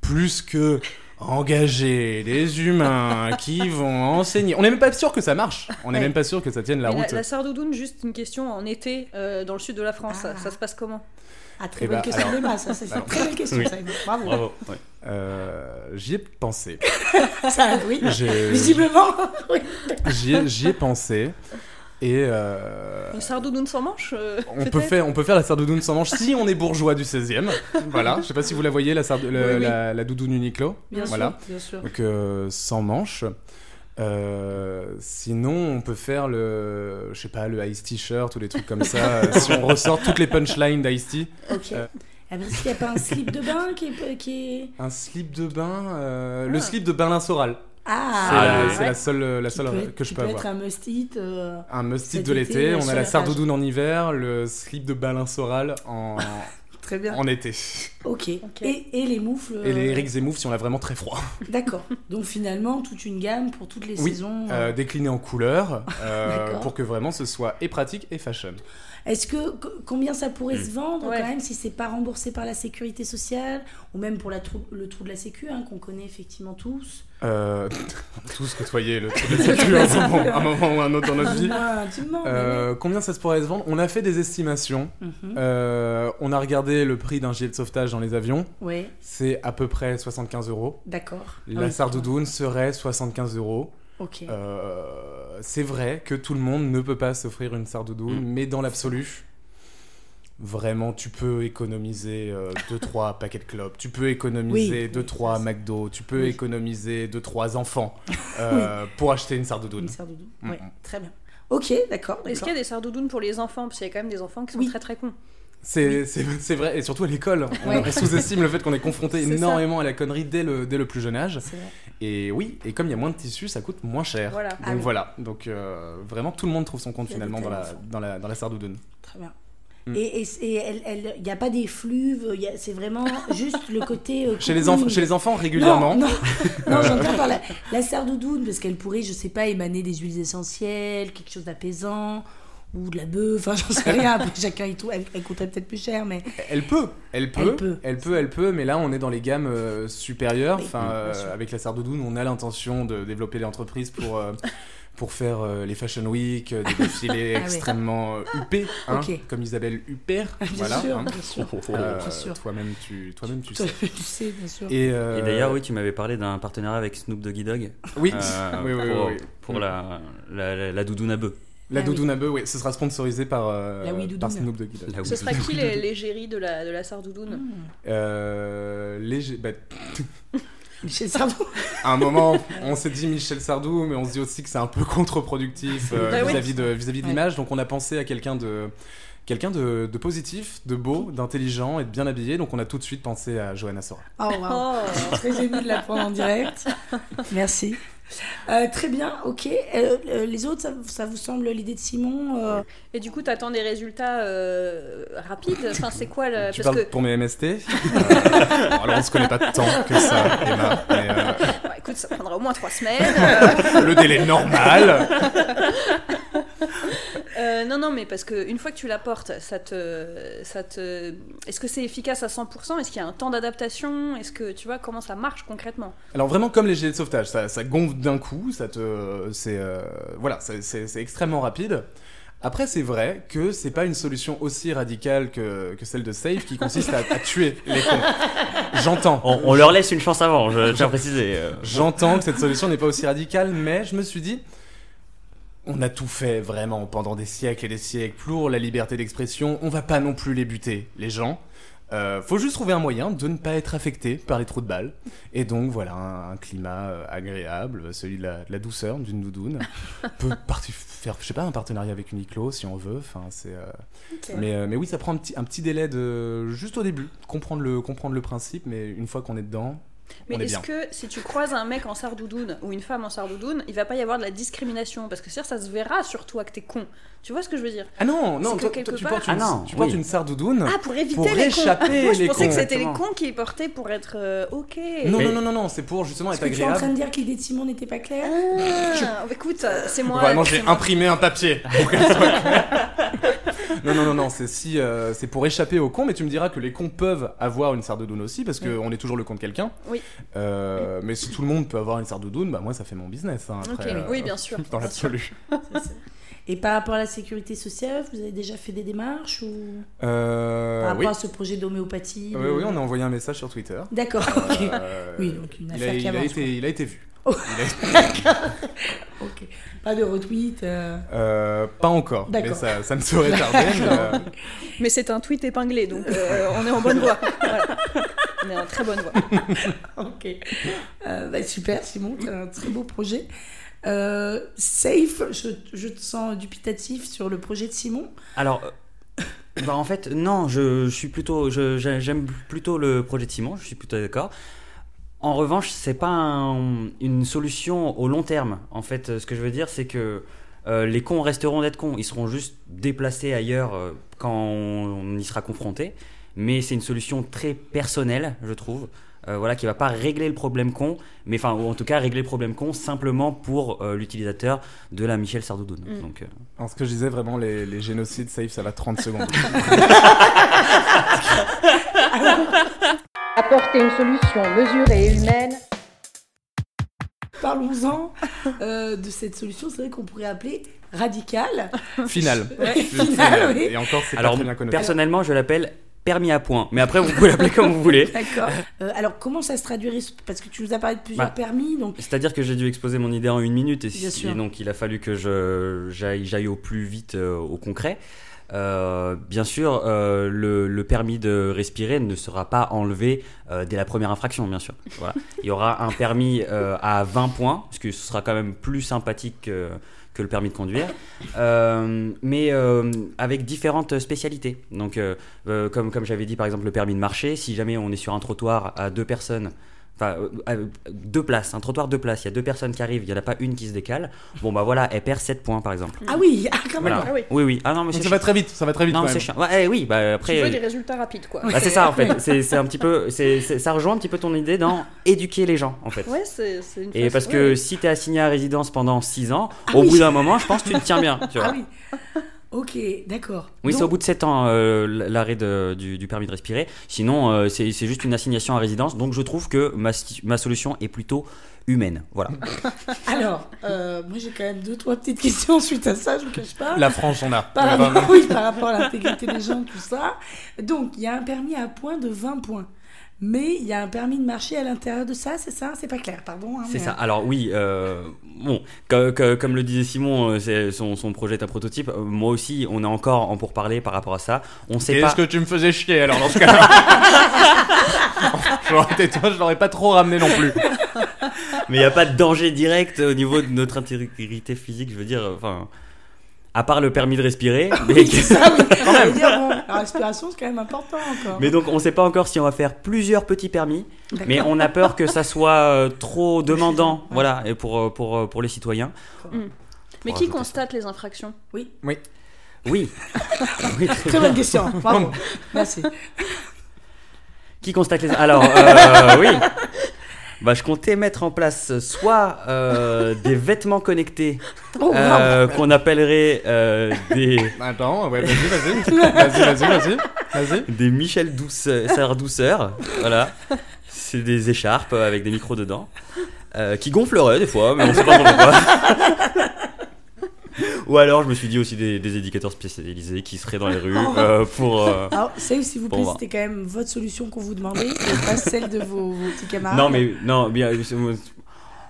[SPEAKER 6] plus que engager des humains qui vont enseigner. On n'est même pas sûr que ça marche, on n'est
[SPEAKER 7] Ouais.
[SPEAKER 6] même pas sûr que ça tienne la
[SPEAKER 7] Mais la,
[SPEAKER 6] route.
[SPEAKER 7] la sardoudoune, juste une question en été euh, dans le sud de la France,
[SPEAKER 4] Ah.
[SPEAKER 7] ça, ça se passe comment
[SPEAKER 4] Ah, très
[SPEAKER 6] Eh
[SPEAKER 4] bonne
[SPEAKER 6] bah,
[SPEAKER 4] question
[SPEAKER 6] alors-
[SPEAKER 4] d'Emma, ça, c'est une
[SPEAKER 6] Alors-
[SPEAKER 4] très belle question,
[SPEAKER 5] Oui.
[SPEAKER 4] ça, Emma. Bravo.
[SPEAKER 5] Bravo. ouais.
[SPEAKER 6] Euh, J'y ai
[SPEAKER 7] <laughs>
[SPEAKER 6] pensé.
[SPEAKER 4] Ça, Ah oui.
[SPEAKER 6] J'ai-
[SPEAKER 4] Visiblement, oui.
[SPEAKER 6] J'y ai, j'y ai pensé. Et euh,
[SPEAKER 7] Une sardoudoune sans manche euh,
[SPEAKER 6] on, peut
[SPEAKER 7] peut-être
[SPEAKER 6] faire, on peut faire la sardoudoune sans manche si on est bourgeois du 16 e Voilà, je sais pas si vous la voyez, la, sarde- le-
[SPEAKER 4] Oui, oui.
[SPEAKER 6] la, la doudoune Uniqlo.
[SPEAKER 4] Bien
[SPEAKER 6] voilà.
[SPEAKER 4] sûr, bien sûr.
[SPEAKER 6] Donc euh, sans manche. Euh, sinon, on peut faire le, je sais pas, le Ice T-shirt ou des trucs comme ça. euh, si on ressort toutes les punchlines d'Ice T.
[SPEAKER 4] Ok.
[SPEAKER 6] Euh.
[SPEAKER 4] Ah, parce qu'il n'y a pas un slip de bain qui est. Qui est...
[SPEAKER 6] Un slip de bain, euh, le slip de Berlin Soral. C'est
[SPEAKER 4] Ah,
[SPEAKER 6] la-
[SPEAKER 5] ouais.
[SPEAKER 6] c'est la, seule, la
[SPEAKER 4] qui
[SPEAKER 6] seule
[SPEAKER 4] peut être-
[SPEAKER 6] que je
[SPEAKER 4] qui
[SPEAKER 6] peux
[SPEAKER 4] peut être
[SPEAKER 6] avoir.
[SPEAKER 4] un must-it. euh,
[SPEAKER 6] Un must-it
[SPEAKER 4] Cet
[SPEAKER 6] de
[SPEAKER 4] été,
[SPEAKER 6] l'été, on
[SPEAKER 4] sur
[SPEAKER 6] a
[SPEAKER 4] la
[SPEAKER 6] la
[SPEAKER 4] plage.
[SPEAKER 6] sardoudoune en hiver, le slip de Berlin Soral
[SPEAKER 4] <laughs>
[SPEAKER 6] en,
[SPEAKER 4] Très bien.
[SPEAKER 6] en été.
[SPEAKER 4] Ok. Et, et les moufles.
[SPEAKER 6] Et les
[SPEAKER 4] euh,
[SPEAKER 6] Eric Zemmour si on a vraiment très froid.
[SPEAKER 4] D'accord. Donc finalement, toute une gamme pour toutes les
[SPEAKER 6] Oui.
[SPEAKER 4] saisons. euh.
[SPEAKER 6] Euh, décliné en couleurs euh,
[SPEAKER 4] D'accord.
[SPEAKER 6] pour que vraiment ce soit et pratique et fashion.
[SPEAKER 4] Est-ce que co- combien ça pourrait
[SPEAKER 6] Mm.
[SPEAKER 4] se vendre
[SPEAKER 7] Ouais.
[SPEAKER 4] quand même si c'est pas remboursé par la sécurité sociale ou même pour la trou- le trou de la sécu hein, qu'on connaît effectivement tous.
[SPEAKER 6] Euh, <laughs> tous côtoyer
[SPEAKER 4] <laughs>
[SPEAKER 6] le truc de la sécu à un moment, un moment ou un autre dans notre vie.
[SPEAKER 4] Ah, tu me mens, mais ouais.
[SPEAKER 6] Euh, combien ça se pourrait se vendre On a fait des estimations.
[SPEAKER 4] Mhm.
[SPEAKER 6] Euh, on a regardé le prix d'un gilet de sauvetage dans les avions.
[SPEAKER 4] Ouais,
[SPEAKER 6] C'est à peu près 75 euros.
[SPEAKER 4] d'accord. Ah
[SPEAKER 6] La
[SPEAKER 4] oui,
[SPEAKER 6] sardoudoune serait 75 euros.
[SPEAKER 4] Ok.
[SPEAKER 6] Euh, c'est vrai que tout le monde ne peut pas s'offrir une sardoudoune, mais dans l'absolu, vraiment, tu peux économiser 2-3 paquets de clopes, tu peux économiser
[SPEAKER 4] Oui.
[SPEAKER 6] 2-3 McDo, tu peux
[SPEAKER 4] Oui.
[SPEAKER 6] économiser
[SPEAKER 4] <laughs>
[SPEAKER 6] 2-3 enfants euh, pour acheter une sardoudoune.
[SPEAKER 4] Une sardoudou.
[SPEAKER 6] Mm,
[SPEAKER 4] Ouais,
[SPEAKER 6] mm.
[SPEAKER 4] très bien. Ok, d'accord.
[SPEAKER 7] Est-ce
[SPEAKER 4] d'accord.
[SPEAKER 7] qu'il y a des sardoudounes pour les enfants Parce qu'il y a quand même des enfants qui sont
[SPEAKER 4] Oui.
[SPEAKER 7] très très cons.
[SPEAKER 6] C'est c'est- c'est vrai, et surtout à l'école, on,
[SPEAKER 4] Ouais.
[SPEAKER 6] on sous-estime le fait qu'on est confronté
[SPEAKER 7] C'est ça.
[SPEAKER 6] énormément à la connerie dès le, dès le plus jeune âge.
[SPEAKER 4] C'est vrai.
[SPEAKER 6] Et oui, et comme il y a moins de tissus, ça coûte moins cher.
[SPEAKER 7] Voilà.
[SPEAKER 6] Donc
[SPEAKER 4] Ah oui.
[SPEAKER 6] voilà, donc euh, vraiment tout le monde trouve son compte
[SPEAKER 4] Il y a des
[SPEAKER 6] finalement dans la,
[SPEAKER 4] talents.
[SPEAKER 6] dans, la, dans la sardoudoune.
[SPEAKER 4] Très bien.
[SPEAKER 6] Mm.
[SPEAKER 4] Et il n'y a pas des fluves, y a- c'est
[SPEAKER 6] <laughs>
[SPEAKER 4] vraiment juste le côté. euh,
[SPEAKER 6] Chez les,
[SPEAKER 4] cocooning.
[SPEAKER 6] enf- chez les enfants régulièrement.
[SPEAKER 4] Non, non,
[SPEAKER 6] <laughs>
[SPEAKER 4] non, j'entends par la, la sardoudoune, parce qu'elle pourrait, je sais pas, émaner des huiles essentielles, quelque chose d'apaisant, ou de la bœuf, enfin j'en sais rien,
[SPEAKER 6] <laughs>
[SPEAKER 4] après chacun y trouve, elle, elle coûterait peut-être plus cher, mais
[SPEAKER 6] Elle peut, elle peut,
[SPEAKER 4] Elle peut.
[SPEAKER 6] elle peut, elle peut, mais là on est dans les gammes euh, supérieures.
[SPEAKER 4] Oui,
[SPEAKER 6] Enfin,
[SPEAKER 4] bien
[SPEAKER 6] euh,
[SPEAKER 4] sûr.
[SPEAKER 6] avec la Sardoudoune, on a l'intention de développer l'entreprise pour euh, <laughs> pour faire euh, les Fashion
[SPEAKER 4] <laughs>
[SPEAKER 6] Week, euh, des défilés
[SPEAKER 4] Ah ouais.
[SPEAKER 6] extrêmement euh, huppés, hein,
[SPEAKER 4] Ok. Ah,
[SPEAKER 6] comme Isabelle Huppert.
[SPEAKER 4] bien
[SPEAKER 6] voilà,
[SPEAKER 4] sûr,
[SPEAKER 6] hein.
[SPEAKER 4] bien sûr.
[SPEAKER 6] Euh,
[SPEAKER 4] Bien sûr.
[SPEAKER 6] Toi-même, tu, toi-même, tu
[SPEAKER 4] Toi,
[SPEAKER 6] sais.
[SPEAKER 4] tu sais, bien sûr.
[SPEAKER 6] Et, euh,
[SPEAKER 5] Et d'ailleurs, oui, tu m'avais parlé d'un partenariat avec Snoop Doggy Dog
[SPEAKER 6] <laughs> oui,
[SPEAKER 5] euh,
[SPEAKER 6] <laughs> oui, oui, oui,
[SPEAKER 5] pour,
[SPEAKER 6] oui.
[SPEAKER 5] pour la, la, la, la doudoune à bœuf.
[SPEAKER 4] Ah
[SPEAKER 6] La
[SPEAKER 4] oui.
[SPEAKER 6] doudoune à bœuf, oui, ce sera sponsorisé par, euh,
[SPEAKER 4] La oui doudoune.
[SPEAKER 6] par Snoop Doggy.
[SPEAKER 5] La
[SPEAKER 7] Ce
[SPEAKER 5] doudoune.
[SPEAKER 7] sera qui
[SPEAKER 6] <laughs>
[SPEAKER 7] les, les géris de la, de la sardoudoune
[SPEAKER 6] Euh, léger, bah,
[SPEAKER 4] <laughs> Chez le sardou.
[SPEAKER 6] à un moment, on s'est dit Michel Sardou, mais on se dit aussi que c'est un peu contre-productif euh,
[SPEAKER 7] Bah oui.
[SPEAKER 6] vis-à-vis de, vis-à-vis de
[SPEAKER 4] Ouais.
[SPEAKER 6] l'image. Donc on a pensé à quelqu'un de quelqu'un de, de positif, de beau, d'intelligent et de bien habillé. Donc on a tout de suite pensé à Johanna Sora.
[SPEAKER 4] Oh, wow.
[SPEAKER 7] Oh
[SPEAKER 4] Très ému de la prendre en direct. Merci. Euh, très bien, ok. Euh, euh, les autres, ça, ça vous semble l'idée de Simon euh,
[SPEAKER 7] Et du coup, t'attends des résultats euh, rapides Enfin, c'est quoi le.
[SPEAKER 6] Tu
[SPEAKER 7] parce
[SPEAKER 6] parles
[SPEAKER 7] que,
[SPEAKER 6] pour mes MST Euh, bon, Alors on se connaît pas tant que ça, Emma. mais, euh,
[SPEAKER 7] bah, écoute, ça prendra au moins
[SPEAKER 6] <laughs>
[SPEAKER 7] trois semaines.
[SPEAKER 6] le délai normal.
[SPEAKER 7] Euh, non, non, mais parce que une fois que tu la portes, ça te. Ça te... Est-ce que c'est efficace à 100% Est-ce qu'il y a un temps d'adaptation Est-ce que tu vois comment ça marche concrètement
[SPEAKER 6] Alors vraiment comme les gilets de sauvetage, ça, ça gonfle d'un coup, ça te, c'est, euh, voilà, c'est- c'est c'est extrêmement rapide. Après, c'est vrai que c'est pas une solution aussi radicale que, que celle de Safe qui consiste à, à tuer les cons. J'entends.
[SPEAKER 5] On, on leur laisse une chance avant,
[SPEAKER 6] <laughs>
[SPEAKER 5] je tiens à préciser. euh.
[SPEAKER 6] J'entends que cette solution n'est pas aussi radicale, mais je me suis dit, on a tout fait vraiment pendant des siècles et des siècles pour la liberté d'expression, on va pas non plus les buter, les gens. Euh, faut juste trouver un moyen de ne pas être affecté par les trous de balles. Et donc voilà, un, un climat euh, agréable, celui de la, de la douceur d'une doudoune. On
[SPEAKER 7] <laughs>
[SPEAKER 6] peut parti- faire, je sais pas, un partenariat avec Uniqlo si on veut. Enfin, c'est. euh, mais, euh, mais oui, ça prend un petit, un petit délai de juste au début, comprendre le, comprendre le principe, mais une fois qu'on est dedans,
[SPEAKER 7] Mais
[SPEAKER 6] on est bien.
[SPEAKER 7] est-ce que si tu croises un mec en sardoudoune ou une femme en sardoudoune, il va pas y avoir de la discrimination Parce que ça, ça se verra sur toi que t'es con. Tu vois ce que je veux dire
[SPEAKER 6] Ah non, non,
[SPEAKER 7] C'est que
[SPEAKER 6] toi,
[SPEAKER 7] quelque
[SPEAKER 6] toi, tu
[SPEAKER 7] part-
[SPEAKER 6] portes une,
[SPEAKER 5] Ah non,
[SPEAKER 6] tu portes
[SPEAKER 5] oui.
[SPEAKER 6] une sardoudoune.
[SPEAKER 7] Ah, pour éviter
[SPEAKER 6] Pour
[SPEAKER 7] les
[SPEAKER 6] échapper
[SPEAKER 7] cons Moi, je
[SPEAKER 6] les
[SPEAKER 7] pensais
[SPEAKER 6] cons.
[SPEAKER 7] que c'était les
[SPEAKER 5] Exactement.
[SPEAKER 7] cons qui les portaient pour être euh, OK.
[SPEAKER 6] non,
[SPEAKER 5] Mais-
[SPEAKER 6] non, non, non, non, c'est pour justement
[SPEAKER 4] Est-ce
[SPEAKER 6] être
[SPEAKER 4] que tu es en train
[SPEAKER 6] agréable.
[SPEAKER 4] de dire que l'idée de Simon n'était pas claire
[SPEAKER 7] Ah, écoute, euh, c'est moi.
[SPEAKER 6] Vraiment,
[SPEAKER 7] c'est
[SPEAKER 6] j'ai
[SPEAKER 7] moi.
[SPEAKER 6] imprimé un papier pour <laughs> qu'elle soit claire. Non, non, non, non, c'est si, euh, c'est pour échapper aux cons, mais tu me diras que les cons peuvent avoir une sardoudoune aussi, parce qu'on est toujours le con de quelqu'un.
[SPEAKER 7] Oui.
[SPEAKER 6] Euh, mais si tout le monde peut avoir une sardoudoune, bah moi, ça fait mon business. hein,
[SPEAKER 7] Ok,
[SPEAKER 6] après, euh,
[SPEAKER 7] oui, bien sûr.
[SPEAKER 6] Dans
[SPEAKER 7] bien sûr.
[SPEAKER 6] l'absolu.
[SPEAKER 4] Et par rapport à la sécurité sociale, vous avez déjà fait des démarches ou
[SPEAKER 6] Euh,
[SPEAKER 4] par rapport
[SPEAKER 6] oui. Euh,
[SPEAKER 4] à ce projet d'homéopathie
[SPEAKER 6] oui,
[SPEAKER 4] de-
[SPEAKER 6] oui, on a envoyé un message sur Twitter.
[SPEAKER 4] D'accord. ok.
[SPEAKER 6] Euh,
[SPEAKER 4] Oui, donc une
[SPEAKER 6] il
[SPEAKER 4] affaire
[SPEAKER 6] a,
[SPEAKER 4] qui
[SPEAKER 6] il a
[SPEAKER 4] avance,
[SPEAKER 6] été, il a été vu.
[SPEAKER 4] Oh.
[SPEAKER 6] Il a-
[SPEAKER 4] Ok. Pas de retweet. euh.
[SPEAKER 6] Euh, pas encore, mais
[SPEAKER 4] D'accord.
[SPEAKER 6] ça, ça ne saurait tarder. mais, euh,
[SPEAKER 7] Mais c'est un tweet épinglé, donc euh, on est en bonne voie. Voilà. On est en très bonne voie.
[SPEAKER 4] Ok. Euh, bah, super, Simon, t'as un très beau projet. Euh, safe, je, je te sens dubitatif sur le projet de Simon.
[SPEAKER 5] Alors, euh, <coughs> bah en fait, non, je, je suis plutôt, je- j'a- j'aime plutôt le projet de Simon. Je suis plutôt d'accord. En revanche, c'est pas un- une solution au long terme. En fait, euh, ce que je veux dire, c'est que euh, les cons resteront d'être cons. Ils seront juste déplacés ailleurs euh, quand on, on y sera confronté. Mais c'est une solution très personnelle, je trouve. euh, voilà, qui va pas régler le problème con, mais enfin, ou en tout cas régler le problème con simplement pour euh, l'utilisateur de la Michel Sardoudoune.
[SPEAKER 7] Mm.
[SPEAKER 5] Donc, euh,
[SPEAKER 6] en ce que je disais, vraiment, les, les génocides, safe, ça va 30
[SPEAKER 5] <laughs>
[SPEAKER 6] secondes.
[SPEAKER 1] Apporter une solution mesurée et humaine.
[SPEAKER 4] Parlons-en euh, de cette solution, c'est vrai qu'on pourrait appeler radicale.
[SPEAKER 6] Final.
[SPEAKER 4] final, oui.
[SPEAKER 6] Et encore, c'est pas
[SPEAKER 5] Alors,
[SPEAKER 6] très bien connoté.
[SPEAKER 5] personnellement, je l'appelle permis à point. Mais après, vous pouvez l'appeler comme vous voulez.
[SPEAKER 4] D'accord.
[SPEAKER 6] <laughs>
[SPEAKER 4] Euh, alors, comment ça se traduirait Parce que tu nous as parlé de plusieurs
[SPEAKER 5] Bah.
[SPEAKER 4] permis, donc
[SPEAKER 5] C'est-à-dire que j'ai dû exposer mon idée en une minute et,
[SPEAKER 4] Bien
[SPEAKER 5] si-
[SPEAKER 4] sûr.
[SPEAKER 5] et donc il a fallu que je, j'aille, j'aille au plus vite euh, au concret. Euh, bien sûr, euh, le, le permis de respirer ne sera pas enlevé euh, dès la première infraction, bien sûr. Voilà. Il y aura un permis euh, à 20 points, parce que ce sera quand même plus sympathique que, que le permis de conduire, Euh, mais euh, avec différentes spécialités. Donc, euh, euh, comme, comme j'avais dit, par exemple, le permis de marcher, si jamais on est sur un trottoir à deux personnes, Enfin, euh, euh, deux places, un trottoir deux places, il y a deux personnes qui arrivent, il n'y en a pas une qui se décale. Bon, bah voilà, elle perd 7 points par exemple.
[SPEAKER 4] Ah oui, <laughs> ah, quand même.
[SPEAKER 5] Voilà.
[SPEAKER 7] Ah oui.
[SPEAKER 5] oui, oui. Ah non, mais
[SPEAKER 6] Donc
[SPEAKER 5] c'est
[SPEAKER 6] ça va
[SPEAKER 5] chiant.
[SPEAKER 6] très vite, ça va très vite.
[SPEAKER 5] Non,
[SPEAKER 6] quand
[SPEAKER 5] c'est
[SPEAKER 6] même.
[SPEAKER 5] chiant. Ouais, eh oui, bah
[SPEAKER 7] Tu
[SPEAKER 5] après.
[SPEAKER 7] veux
[SPEAKER 5] euh,
[SPEAKER 7] des résultats rapides, quoi.
[SPEAKER 5] bah, c'est ça en fait. C'est c'est un petit peu. c'est c'est- ça rejoint un petit peu ton idée dans éduquer les gens en fait.
[SPEAKER 7] Ouais, c'est c'est une
[SPEAKER 5] Et parce
[SPEAKER 7] façon-
[SPEAKER 5] que si t'es assigné à résidence pendant 6 ans,
[SPEAKER 4] Ah
[SPEAKER 5] au
[SPEAKER 4] oui.
[SPEAKER 5] bout d'un moment, je pense que tu le tiens bien. Tu vois.
[SPEAKER 4] Ah oui. Ok, d'accord.
[SPEAKER 5] Oui, c'est au
[SPEAKER 4] Donc,
[SPEAKER 5] bout de 7 ans euh, l'arrêt de- du, du permis de respirer. Sinon, euh, c'est c'est juste une assignation à résidence. Donc, je trouve que ma, sti- ma solution est plutôt humaine. Voilà.
[SPEAKER 4] Alors, euh, moi j'ai quand même deux, trois petites questions <laughs> suite à ça, je vous cache pas.
[SPEAKER 6] La franche, on a.
[SPEAKER 4] Par
[SPEAKER 6] La
[SPEAKER 4] rapport,
[SPEAKER 6] vanne.
[SPEAKER 4] oui, par rapport à l'intégrité des gens, tout ça. Donc, il y a un permis à points de 20 points. Mais il y a un permis de marcher à l'intérieur de ça, c'est ça C'est pas clair, pardon. hein,
[SPEAKER 5] C'est
[SPEAKER 4] mais- <laughs>
[SPEAKER 5] ça. Alors oui, euh, bon, que- que- comme le disait Simon, euh, c'est- son, son projet est un prototype. Euh, Moi aussi, on est encore en pourparlers par rapport à ça. On sait pas.
[SPEAKER 6] Qu'est-ce que tu me faisais chier alors dans
[SPEAKER 5] <laughs>
[SPEAKER 6] ce cas-là <laughs> J'aurais été toi, je l'aurais pas trop ramené non plus.
[SPEAKER 5] Mais il n'y a pas de danger direct au niveau de notre intégrité physique. Je veux dire, enfin. à part le permis de
[SPEAKER 4] <laughs>
[SPEAKER 5] respirer. mais-
[SPEAKER 4] Ça, oui.
[SPEAKER 5] Quand même.
[SPEAKER 4] Je veux dire, bon, la respiration, c'est quand même important encore.
[SPEAKER 5] <laughs> Mais donc on sait pas encore si on va faire plusieurs petits permis,
[SPEAKER 4] D'accord.
[SPEAKER 5] mais on a peur que ça soit euh, trop demandant, voilà, et pour, euh, pour, euh, pour les citoyens.
[SPEAKER 7] Mais
[SPEAKER 5] Faut
[SPEAKER 7] qui
[SPEAKER 5] rajouter
[SPEAKER 7] constate les infractions
[SPEAKER 4] <laughs>
[SPEAKER 5] Oui. Oui, très
[SPEAKER 4] Très
[SPEAKER 5] bien. <laughs>
[SPEAKER 4] bonne question. Bravo. Merci.
[SPEAKER 5] Euh, Qui constate les... <laughs> Alors, euh, oui. Bah, je comptais mettre en place soit euh, des vêtements connectés
[SPEAKER 4] Oh, bravo.
[SPEAKER 5] euh, qu'on appellerait euh, des,
[SPEAKER 6] Attends, ouais, vas-y, vas-y. vas-y, vas-y, vas-y. Vas-y.
[SPEAKER 5] des Michel Douceur, Sarah Douceur, voilà. C'est des écharpes avec des micros dedans, euh, qui gonfleraient des fois, mais on sait pas pourquoi. <laughs> Ou alors, je me suis dit aussi des, des éducateurs spécialisés qui seraient dans les rues euh, pour. euh,
[SPEAKER 4] Alors, savez, s'il vous plaît,
[SPEAKER 5] Bon, bah.
[SPEAKER 4] c'était quand même votre solution qu'on vous demandait, et pas celle de vos, vos petits camarades.
[SPEAKER 5] Non,
[SPEAKER 4] <laughs>
[SPEAKER 5] mais non, bien. c'est-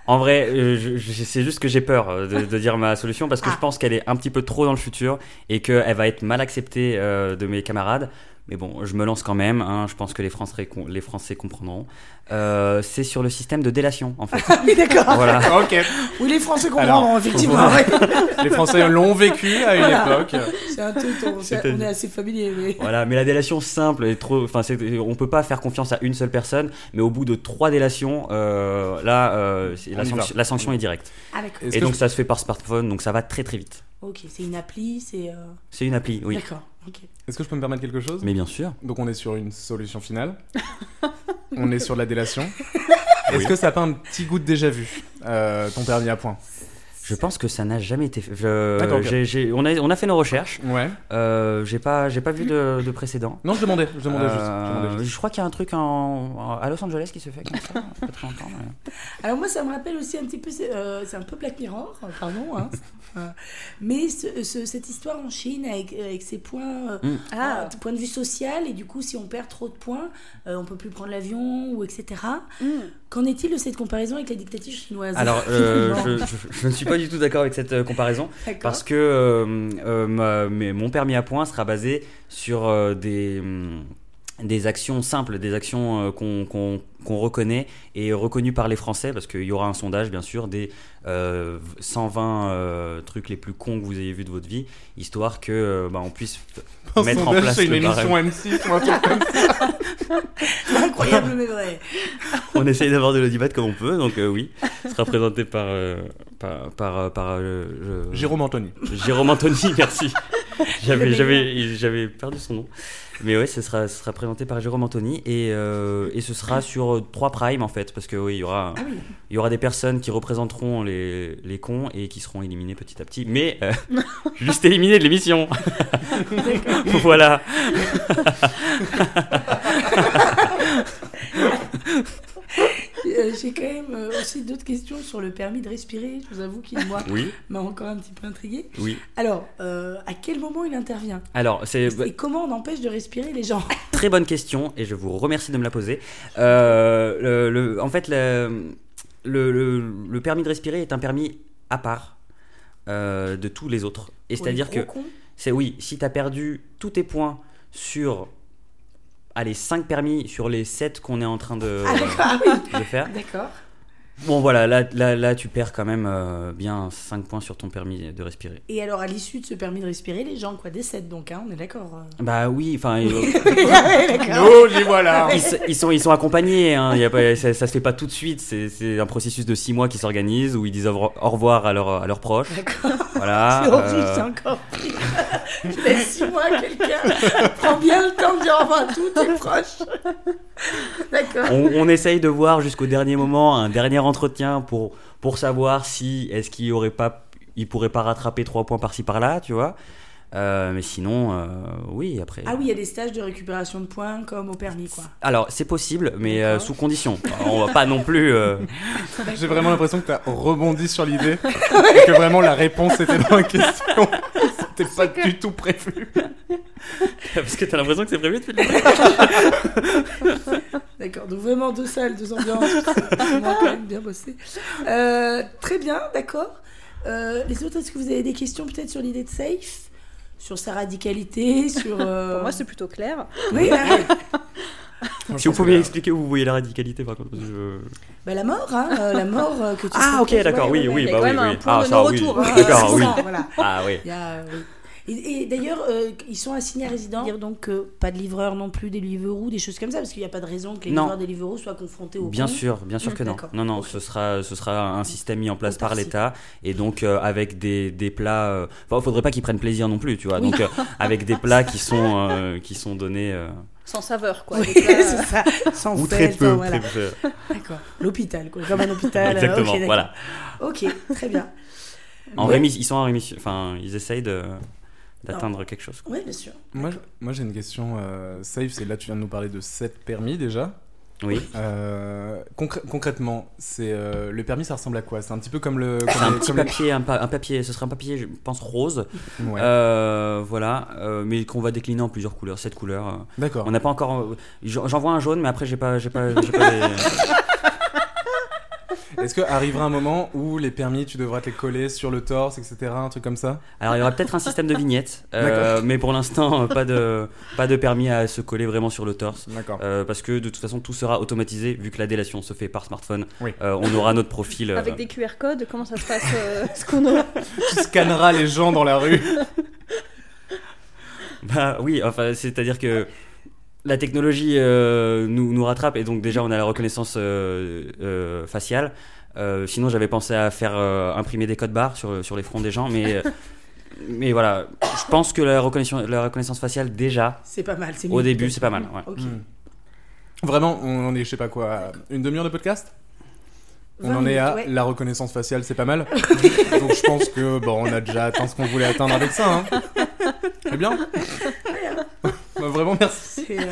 [SPEAKER 5] En vrai, euh, je- je- c'est juste que j'ai peur euh, de, de dire ma solution parce que je pense qu'elle est un petit peu trop dans le futur et qu'elle va être mal acceptée euh, de mes camarades. Mais bon, je me lance quand même. hein, je pense que les Français, com- les Français comprendront. Euh, c'est sur le système de délation, en fait.
[SPEAKER 4] Ah Oui, d'accord.
[SPEAKER 5] voilà.
[SPEAKER 6] Ok.
[SPEAKER 4] Oui, les Français
[SPEAKER 6] Alors,
[SPEAKER 4] comprendront, effectivement.
[SPEAKER 6] faut
[SPEAKER 4] ouais.
[SPEAKER 6] Les Français l'ont vécu à une
[SPEAKER 4] Voilà.
[SPEAKER 6] époque.
[SPEAKER 4] C'est un truc, on,
[SPEAKER 5] C'est-
[SPEAKER 4] on est assez familier. Mais...
[SPEAKER 5] Voilà, mais la délation simple est trop. Enfin, c'est- on peut pas faire confiance à une seule personne, mais au bout de trois délations, euh, là, euh, c'est-
[SPEAKER 6] On
[SPEAKER 5] la,
[SPEAKER 6] y va.
[SPEAKER 5] sanction, la sanction est directe.
[SPEAKER 4] Ah, d'accord.
[SPEAKER 6] Est-ce
[SPEAKER 5] Et
[SPEAKER 6] que
[SPEAKER 5] donc, ça se fait par smartphone, donc ça va très très vite.
[SPEAKER 4] Ok, c'est une appli, c'est. euh,
[SPEAKER 5] C'est une appli, oui.
[SPEAKER 4] D'accord. ok.
[SPEAKER 6] Est-ce que je peux me permettre quelque chose
[SPEAKER 5] Mais bien sûr.
[SPEAKER 6] Donc on est sur une solution finale. on est sur la délation. Est-ce que ça n'a pas un petit goût de déjà vu, euh, ton permis à point
[SPEAKER 5] Je pense que ça n'a jamais été fait. Je-
[SPEAKER 6] D'accord, ok.
[SPEAKER 5] j'ai- j'ai- on, a, on a fait nos recherches.
[SPEAKER 6] Ouais.
[SPEAKER 5] Euh, j'ai pas, j'ai pas vu de, de précédent.
[SPEAKER 6] Non, je demandais. Je demandais juste. Je
[SPEAKER 5] Euh,
[SPEAKER 6] demandais juste.
[SPEAKER 5] je crois qu'il y a un truc en, en- à Los Angeles qui se fait comme ça. pas très longtemps, mais-
[SPEAKER 4] Alors, moi, ça me rappelle aussi un petit peu. C'est euh, c'est un peu Black Mirror, euh, pardon.
[SPEAKER 5] <laughs>
[SPEAKER 4] hein. Euh, mais ce- ce- cette histoire en Chine avec, avec ses points. euh,
[SPEAKER 5] Mm.
[SPEAKER 4] euh, de point de vue social, et du coup, si on perd trop de points, euh, on peut plus prendre l'avion, ou etc. Qu'en est-il de cette comparaison avec la dictature chinoise
[SPEAKER 5] Alors, euh,
[SPEAKER 4] Finalement.
[SPEAKER 5] je, je- je ne suis pas du tout d'accord avec cette euh, comparaison
[SPEAKER 4] <laughs> D'accord.
[SPEAKER 5] parce que euh, euh, ma- mes- mon permis à points sera basé sur euh, des. hum, des actions simples, des actions euh, qu'on qu'on- qu'on reconnaît et reconnues par les Français, parce qu'il y aura un sondage, bien sûr, des euh, 120 euh, trucs les plus cons que vous ayez vus de votre vie, histoire que euh, bah, on puisse
[SPEAKER 6] Un
[SPEAKER 5] mettre en
[SPEAKER 6] sondage,
[SPEAKER 5] place
[SPEAKER 6] c'est une
[SPEAKER 5] le
[SPEAKER 6] émission
[SPEAKER 5] barème.
[SPEAKER 6] M6 ou un truc comme ça.
[SPEAKER 4] Incroyable, mais vrai.
[SPEAKER 5] <laughs> On essaye d'avoir de l'audibat comme on peut, donc euh, oui, <laughs> ce sera présenté par, euh, par, par, euh, par, euh, le- le-
[SPEAKER 6] <laughs> Jérôme Anthony.
[SPEAKER 5] Jérôme Anthony, <laughs> merci. J'avais,
[SPEAKER 4] Le
[SPEAKER 5] j'avais, j'avais perdu son nom. Mais ouais, ce sera, ce sera présenté par Jérôme Anthony et, euh, et ce sera sur euh, trois primes en fait, parce que oui, il y aura,
[SPEAKER 4] Ah oui.
[SPEAKER 5] il y aura des personnes qui représenteront les, les cons et qui seront éliminées petit à petit, mais
[SPEAKER 4] <laughs>
[SPEAKER 5] euh, juste éliminées de l'émission. <laughs> voilà.
[SPEAKER 4] Euh, J'ai quand même euh, aussi d'autres questions sur le permis de respirer. Je vous avoue qu'il
[SPEAKER 5] <laughs>
[SPEAKER 4] moi
[SPEAKER 5] Oui,
[SPEAKER 4] m'a encore un petit peu intrigué.
[SPEAKER 5] oui.
[SPEAKER 4] Alors, euh, à quel moment il intervient
[SPEAKER 5] Alors, c'est bah,
[SPEAKER 4] Et comment on empêche de respirer les gens
[SPEAKER 5] Très bonne question et je vous remercie de me la poser. Euh, le- le- en fait, le, le- le- le permis de respirer est un permis à part euh, de tous les autres.
[SPEAKER 4] <laughs>
[SPEAKER 5] Et c'est-à-dire
[SPEAKER 4] Pour les
[SPEAKER 5] que,
[SPEAKER 4] Oh,
[SPEAKER 5] Euh,
[SPEAKER 4] gros cons
[SPEAKER 5] c'est oui, si tu as perdu tous tes points sur. Allez, 5 permis sur les 7 qu'on est en train de,
[SPEAKER 4] Ah, d'accord, ah
[SPEAKER 5] <laughs>
[SPEAKER 4] oui.
[SPEAKER 5] de faire.
[SPEAKER 4] D'accord.
[SPEAKER 5] Bon, voilà, là, là, là, tu perds quand même euh, bien 5 points sur ton permis de respirer.
[SPEAKER 4] Et alors, à l'issue de ce permis de respirer, les gens quoi décèdent donc, hein, on est d'accord.
[SPEAKER 5] <laughs> Bah oui, enfin.
[SPEAKER 4] <laughs>
[SPEAKER 5] euh,
[SPEAKER 6] Nous, les Oh, voilà.
[SPEAKER 5] ils, s- ils sont, ils sont accompagnés, hein. Il y a pas- ça, ça se fait pas tout de suite, c'est c'est un processus de six mois qui s'organise où ils disent au re- au revoir à, leurs- à leurs proches. Voilà.
[SPEAKER 4] <laughs> C'est horrible,
[SPEAKER 5] euh,
[SPEAKER 4] Ah, c'est encore pire. <laughs> Je laisse six mois à quelqu'un. <laughs> Prends bien le temps de dire au revoir à tous tes proches. <laughs> D'accord.
[SPEAKER 5] on, on essaye de voir jusqu'au dernier moment un dernier entretien pour, pour savoir si est-ce qu'il y aurait pas, il pourrait pas rattraper trois points par-ci par-là, tu vois. Euh, mais sinon, euh, oui, après.
[SPEAKER 4] Ah oui, il y a des stages de récupération de points comme au permis, quoi.
[SPEAKER 5] Alors, c'est possible, mais euh, sous condition. On va pas non plus. euh,
[SPEAKER 6] J'ai vraiment l'impression que t'as rebondi sur l'idée et que vraiment la réponse était dans la question. C'était pas du tout prévu.
[SPEAKER 5] <laughs> parce que t'as l'impression que c'est prévu <laughs> depuis le début.
[SPEAKER 4] D'accord, donc vraiment deux salles, deux ambiances. On a quand même bien bossé. Euh, très bien, d'accord. Euh, les autres, est-ce que vous avez des questions peut-être sur l'idée de Safe Sur sa radicalité sur, euh,
[SPEAKER 7] Pour moi, c'est plutôt clair.
[SPEAKER 4] Oui, là, oui.
[SPEAKER 5] Si vous pouviez expliquer où vous voyez la radicalité, par contre. parce que je-
[SPEAKER 4] Bah, la mort, hein, euh, la mort euh, que tu
[SPEAKER 5] Ah, ok,
[SPEAKER 4] souhaitais,
[SPEAKER 5] d'accord,
[SPEAKER 4] ouais,
[SPEAKER 5] oui,
[SPEAKER 4] ouais, ouais.
[SPEAKER 5] oui,
[SPEAKER 7] y a
[SPEAKER 5] bah
[SPEAKER 7] quand
[SPEAKER 5] oui,
[SPEAKER 7] même un
[SPEAKER 5] oui.
[SPEAKER 7] point
[SPEAKER 5] Ah,
[SPEAKER 7] de
[SPEAKER 5] ça, oui.
[SPEAKER 7] non-retour, hein.
[SPEAKER 5] D'accord,
[SPEAKER 4] C'est
[SPEAKER 5] oui.
[SPEAKER 4] ça, voilà.
[SPEAKER 5] Ah, oui.
[SPEAKER 4] Il y a, euh, oui. Et, et d'ailleurs, euh, ils sont assignés à résidents. Dire donc euh, pas de livreur non plus, des Deliveroo, des choses comme ça, parce qu'il n'y a pas de raison que les
[SPEAKER 5] Non.
[SPEAKER 4] livreurs des Deliveroo soient confrontés au
[SPEAKER 5] Bien
[SPEAKER 4] con.
[SPEAKER 5] sûr, bien sûr que non.
[SPEAKER 4] euh, D'accord.
[SPEAKER 5] Non, non,
[SPEAKER 4] Ok.
[SPEAKER 5] ce sera, ce sera un système mis en place par
[SPEAKER 4] Autarcie.
[SPEAKER 5] l'État et donc euh, avec des, des plats. euh, Enfin, faudrait pas qu'ils prennent plaisir non plus, tu vois. Donc euh, avec des plats qui sont euh, qui sont donnés euh,
[SPEAKER 7] Sans saveur, quoi.
[SPEAKER 4] Oui,
[SPEAKER 7] Donc là,
[SPEAKER 4] <laughs>
[SPEAKER 6] <laughs>
[SPEAKER 4] c'est ça. Sans
[SPEAKER 5] ou
[SPEAKER 4] sel,
[SPEAKER 5] très
[SPEAKER 4] sans-
[SPEAKER 5] peu,
[SPEAKER 4] voilà.
[SPEAKER 5] très peu.
[SPEAKER 4] D'accord. L'hôpital, quoi, comme un hôpital. euh,
[SPEAKER 5] Exactement,
[SPEAKER 4] ok, d'accord.
[SPEAKER 5] voilà.
[SPEAKER 4] Ok, très <laughs> bien.
[SPEAKER 5] En
[SPEAKER 4] Ouais.
[SPEAKER 5] rémission, ils sont en rémission. Enfin, ils essayent de d'atteindre quelque chose.
[SPEAKER 4] Oui, bien sûr.
[SPEAKER 6] Moi, je- moi, j'ai une question. euh, Safe, c'est là tu viens de nous parler de 7 permis déjà.
[SPEAKER 5] Oui.
[SPEAKER 6] Euh, concrè- concrètement, c'est euh, le permis, ça ressemble à quoi C'est un petit peu comme le. Comme
[SPEAKER 5] C'est un
[SPEAKER 6] les-
[SPEAKER 4] Euh,
[SPEAKER 5] petit
[SPEAKER 6] comme les-
[SPEAKER 5] papier, un, pa- un papier. Ce serait un papier, je pense rose.
[SPEAKER 6] Ouais,
[SPEAKER 5] Euh, voilà, euh, mais qu'on va décliner en plusieurs couleurs, sept couleurs. euh.
[SPEAKER 6] D'accord.
[SPEAKER 5] On n'a pas encore. J'en j'en vois un jaune, mais après j'ai pas, j'ai pas, j'ai pas les-
[SPEAKER 6] Est-ce que arrivera un moment où les permis, tu devras te les coller sur le torse, etc., un truc comme ça
[SPEAKER 5] Alors il y aura peut-être un système de vignettes, euh, mais pour l'instant <laughs> euh, pas de pas de permis à se coller vraiment sur le torse.
[SPEAKER 6] D'accord.
[SPEAKER 5] euh, parce que de toute façon tout sera automatisé vu que la délation se fait par smartphone.
[SPEAKER 6] Oui.
[SPEAKER 5] Euh, on aura notre profil. euh,
[SPEAKER 7] Avec des QR codes, comment ça se passe euh, <laughs> ce qu'on a
[SPEAKER 6] tu scanneras les gens dans la rue.
[SPEAKER 5] Bah oui, enfin c'est-à-dire que la technologie euh, nous, nous rattrape et donc déjà on a la reconnaissance euh, euh, faciale. Euh, sinon j'avais pensé à faire euh, imprimer des codes barres sur, sur les fronts des gens, mais euh,
[SPEAKER 7] <laughs>
[SPEAKER 5] mais voilà, je pense que la reconnaissance, la reconnaissance faciale déjà
[SPEAKER 4] C'est pas mal. c'est
[SPEAKER 5] au
[SPEAKER 4] mieux.
[SPEAKER 5] début c'est pas mal. ouais.
[SPEAKER 4] <laughs> Ok.
[SPEAKER 6] Hmm. Vraiment, on en est, je sais pas quoi, à une demi-heure de podcast On
[SPEAKER 4] 20
[SPEAKER 6] en est à
[SPEAKER 4] minutes, ouais.
[SPEAKER 6] la reconnaissance faciale, c'est
[SPEAKER 4] <laughs>
[SPEAKER 6] pas mal. Donc je pense que bon, on a déjà atteint ce qu'on voulait atteindre avec ça. Hein. C'est bien. Bah, vraiment, merci.
[SPEAKER 4] C'est, euh,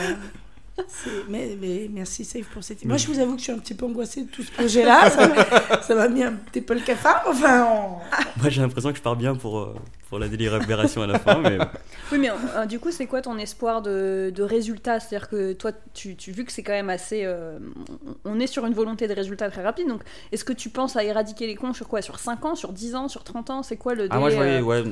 [SPEAKER 4] c'est- mais, mais merci Safe pour cette. Moi, je vous avoue que je suis un petit peu angoissée de tout ce <laughs> projet-là. ça m'a- ça m'a mis un petit peu le cafard. Enfin, on-
[SPEAKER 5] Moi j'ai l'impression que je pars bien pour, euh, pour la délibération à la fin,
[SPEAKER 7] <laughs>
[SPEAKER 5] mais
[SPEAKER 7] Oui, mais euh, du coup, c'est quoi ton espoir de, de résultat C'est-à-dire que toi, tu, tu vu que c'est quand même assez. euh, on on est sur une volonté de résultat très rapide, donc est-ce que tu penses à éradiquer les cons sur quoi Sur 5 ans Sur 10 ans Sur 30 ans C'est quoi le délai
[SPEAKER 5] ah moi je voyais
[SPEAKER 7] euh,
[SPEAKER 5] ouais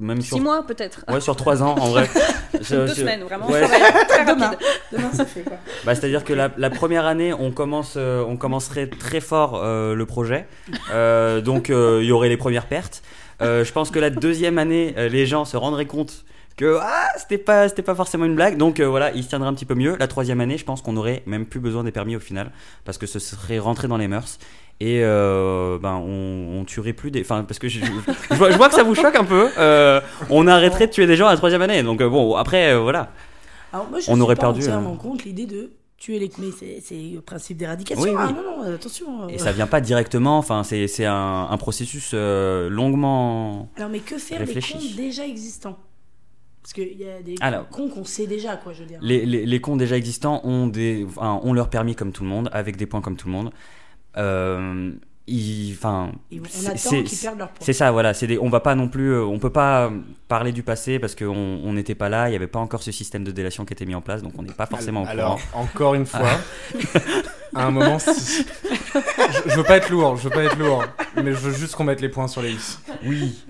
[SPEAKER 5] même sur
[SPEAKER 7] 6 mois peut-être
[SPEAKER 5] ouais sur trois ans en
[SPEAKER 7] <laughs>
[SPEAKER 5] vrai.
[SPEAKER 7] Deux
[SPEAKER 5] Je- je-
[SPEAKER 7] semaines, vraiment
[SPEAKER 5] ouais,
[SPEAKER 7] ça va être très
[SPEAKER 4] Demain.
[SPEAKER 7] rapide.
[SPEAKER 4] demain, ça fait quoi
[SPEAKER 5] Bah, C'est-à-dire que la, la première année, on, commence, euh, on commencerait très fort euh, le projet. Euh, donc, euh, il y aurait les premières pertes. Euh, je pense que la deuxième année, euh, les gens se rendraient compte que ah, c'était pas, c'était pas forcément une blague. Donc, euh, voilà, ils se tiendraient un petit peu mieux. La troisième année, je pense qu'on aurait même plus besoin des permis au final parce que ce serait rentré dans les mœurs. Et euh, ben on, on tuerait plus des, enfin parce que je, je- je vois, je vois que ça vous choque un peu. Euh, on arrêterait de tuer des gens à la troisième année. Donc euh, bon après euh, voilà.
[SPEAKER 4] Alors moi, je
[SPEAKER 5] On
[SPEAKER 4] suis
[SPEAKER 5] aurait
[SPEAKER 4] pas
[SPEAKER 5] perdu,
[SPEAKER 4] entièrement
[SPEAKER 5] euh,
[SPEAKER 4] contre l'idée de tuer les. Mais c'est c'est le principe d'éradication.
[SPEAKER 5] Oui,
[SPEAKER 4] Ah,
[SPEAKER 5] oui.
[SPEAKER 4] non, non, attention.
[SPEAKER 5] Et ça vient pas directement, enfin c'est c'est un, un processus euh, longuement.
[SPEAKER 4] Non, mais que faire
[SPEAKER 5] Réfléchis.
[SPEAKER 4] des comptes déjà existants Parce qu'il y a des
[SPEAKER 5] Alors-
[SPEAKER 4] cons qu'on sait déjà, quoi, je veux dire.
[SPEAKER 5] Les, les, les cons déjà existants ont, des, enfin, ont leur permis comme tout le monde, avec des points comme tout le monde. Euh, ils- enfin,
[SPEAKER 4] Et on
[SPEAKER 5] c'est-
[SPEAKER 4] attend
[SPEAKER 5] c'est-
[SPEAKER 4] qu'ils perdent leur points.
[SPEAKER 5] C'est ça, voilà. C'est des, on va pas non plus, euh, on peut pas euh, parler du passé parce qu'on on n'était pas là, il y avait pas encore ce système de délation qui était mis en place, donc on n'est pas forcément au
[SPEAKER 6] Alors,
[SPEAKER 5] courant.
[SPEAKER 6] encore une fois, à un moment, si- je, je veux pas être lourd, je veux pas être lourd, mais je veux juste qu'on mette les points sur les i.
[SPEAKER 5] Oui.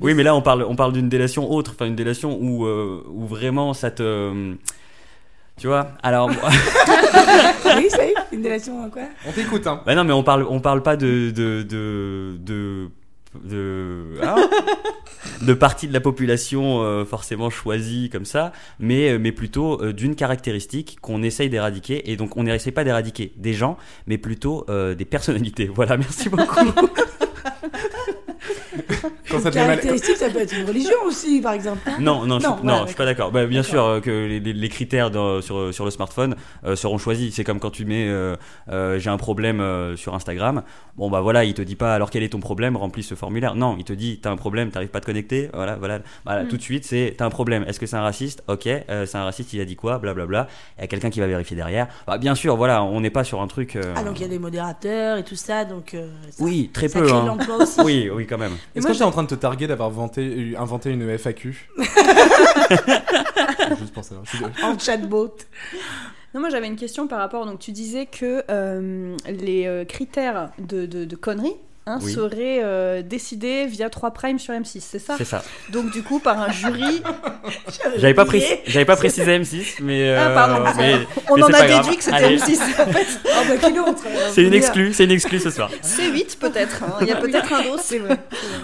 [SPEAKER 5] Oui, mais là on parle, on parle d'une délation autre, enfin une délation où, euh, où vraiment ça te, tu vois. Alors.
[SPEAKER 4] Oui, ça y est, <laughs> une délation, quoi.
[SPEAKER 6] On t'écoute, hein.
[SPEAKER 5] Bah non, mais on parle, on parle pas de de de de de, ah. de partie de la population euh, forcément choisie comme ça, mais mais plutôt euh, d'une caractéristique qu'on essaye d'éradiquer. Et donc on n'essaye pas d'éradiquer des gens, mais plutôt euh, des personnalités. <laughs> Voilà, merci beaucoup.
[SPEAKER 6] Quand ça
[SPEAKER 4] Une
[SPEAKER 6] te fait mal.
[SPEAKER 4] caractéristique, ça peut être une religion aussi, par exemple.
[SPEAKER 5] non, non, je,
[SPEAKER 4] Non, voilà,
[SPEAKER 5] suis- non, je suis pas d'accord. Bah, bien
[SPEAKER 4] D'accord.
[SPEAKER 5] sûr euh, que les, les- les critères dans- sur sur le smartphone euh, seront choisis. C'est comme quand tu mets euh, euh, j'ai un problème euh, sur Instagram. Bon bah voilà, il te dit pas alors quel est ton problème, remplis ce formulaire. Non, il te dit t'as un problème, t'arrives pas à te connecter. Voilà, voilà, voilà.
[SPEAKER 7] Mm.
[SPEAKER 5] Tout de suite c'est t'as un problème. Est-ce que c'est un raciste Ok, euh, c'est un raciste. Il a dit quoi Blablabla. Il y a quelqu'un qui va vérifier derrière. Bah bien sûr, voilà, on n'est pas sur un truc. euh,
[SPEAKER 4] Ah, donc il y a des modérateurs et tout ça, donc. euh, ça,
[SPEAKER 5] Oui, très
[SPEAKER 4] ça
[SPEAKER 5] peu.
[SPEAKER 4] crée
[SPEAKER 5] hein.
[SPEAKER 4] de l'emploi aussi.
[SPEAKER 5] Oui, oui quand même.
[SPEAKER 6] Est-ce que t'es en train de te targuer d'avoir inventé, inventé une
[SPEAKER 7] <laughs>
[SPEAKER 6] FAQ Juste pour savoir. je suis désolé.
[SPEAKER 4] En chatbot.
[SPEAKER 7] Non, moi j'avais une question par rapport. Donc tu disais que euh, les euh, critères de, de, de conneries 1
[SPEAKER 5] Oui.
[SPEAKER 7] serait euh, décidé via 3 primes sur M6, c'est ça
[SPEAKER 5] C'est ça.
[SPEAKER 7] Donc du coup par un jury.
[SPEAKER 5] <laughs> J'avais pas,
[SPEAKER 4] oublié. <laughs>
[SPEAKER 5] précis- j'avais pas précisé M6, mais.
[SPEAKER 7] Ah Oh,
[SPEAKER 5] euh,
[SPEAKER 7] pardon,
[SPEAKER 5] mais-
[SPEAKER 7] on
[SPEAKER 5] mais
[SPEAKER 7] en
[SPEAKER 5] c'est
[SPEAKER 7] a
[SPEAKER 5] pas
[SPEAKER 7] déduit
[SPEAKER 5] grave.
[SPEAKER 7] que c'était
[SPEAKER 5] Allez.
[SPEAKER 7] M6 en <laughs> fait.
[SPEAKER 4] Ah bah quelle autre
[SPEAKER 5] C'est une exclue, c'est une exclue ce soir.
[SPEAKER 7] C'est 8 peut-être. hein. Il <laughs> y a peut-être un dos.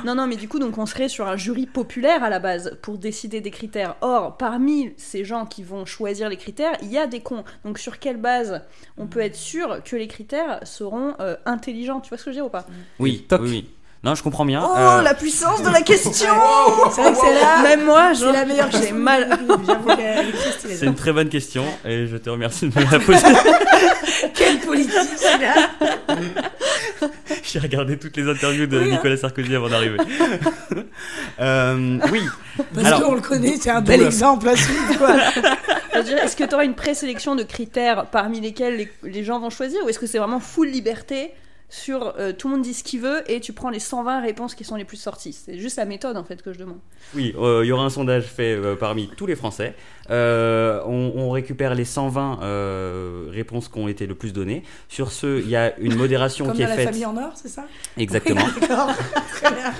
[SPEAKER 7] Non, non, mais du coup, donc on serait sur un jury populaire à la base pour décider des critères. Or, parmi ces gens qui vont choisir les critères, il y a des cons. Donc sur quelle base on peut être sûr que les critères seront euh, intelligents Tu vois ce que je veux dire ou pas
[SPEAKER 5] <laughs> Oui,
[SPEAKER 6] Toc.
[SPEAKER 5] oui, oui. Non, je comprends bien.
[SPEAKER 7] Oh,
[SPEAKER 5] euh,
[SPEAKER 7] la puissance de la question Oh,
[SPEAKER 4] C'est vrai que c'est là.
[SPEAKER 7] Même moi, je
[SPEAKER 4] C'est la meilleure
[SPEAKER 7] j'ai
[SPEAKER 4] question.
[SPEAKER 7] mal.
[SPEAKER 4] <laughs> J'avoue qu'elle est triste,
[SPEAKER 5] C'est
[SPEAKER 4] elle est
[SPEAKER 5] une très bonne question et je te remercie
[SPEAKER 4] <laughs>
[SPEAKER 5] de me la poser. <laughs>
[SPEAKER 4] Quelle politique c'est là
[SPEAKER 5] J'ai regardé toutes les interviews de
[SPEAKER 4] Oui, hein.
[SPEAKER 5] Nicolas Sarkozy
[SPEAKER 4] <laughs>
[SPEAKER 5] avant d'arriver. Euh, oui,
[SPEAKER 4] Parce
[SPEAKER 5] Alors-
[SPEAKER 4] qu'on le connaît, c'est un bel
[SPEAKER 6] D'où la-
[SPEAKER 4] exemple à suivre. Quoi.
[SPEAKER 7] Je veux dire, Est-ce que tu auras une présélection de critères parmi lesquels les, les gens vont choisir ou est-ce que c'est vraiment full liberté sur euh, tout le monde dit ce qu'il veut et tu prends les 120 réponses qui sont les plus sorties C'est juste la méthode en fait que
[SPEAKER 4] <laughs>
[SPEAKER 7] je demande.
[SPEAKER 5] oui, euh, il y aura un sondage fait euh, parmi tous les Français. Euh, on, on récupère les 120 euh, réponses qui ont été le plus données. Sur ce, il y a
[SPEAKER 4] <laughs>
[SPEAKER 5] une modération
[SPEAKER 4] Comme
[SPEAKER 5] qui
[SPEAKER 4] dans
[SPEAKER 5] est
[SPEAKER 4] la
[SPEAKER 5] faite.
[SPEAKER 4] famille en or, c'est ça
[SPEAKER 5] Exactement,
[SPEAKER 4] D'accord. Très bien.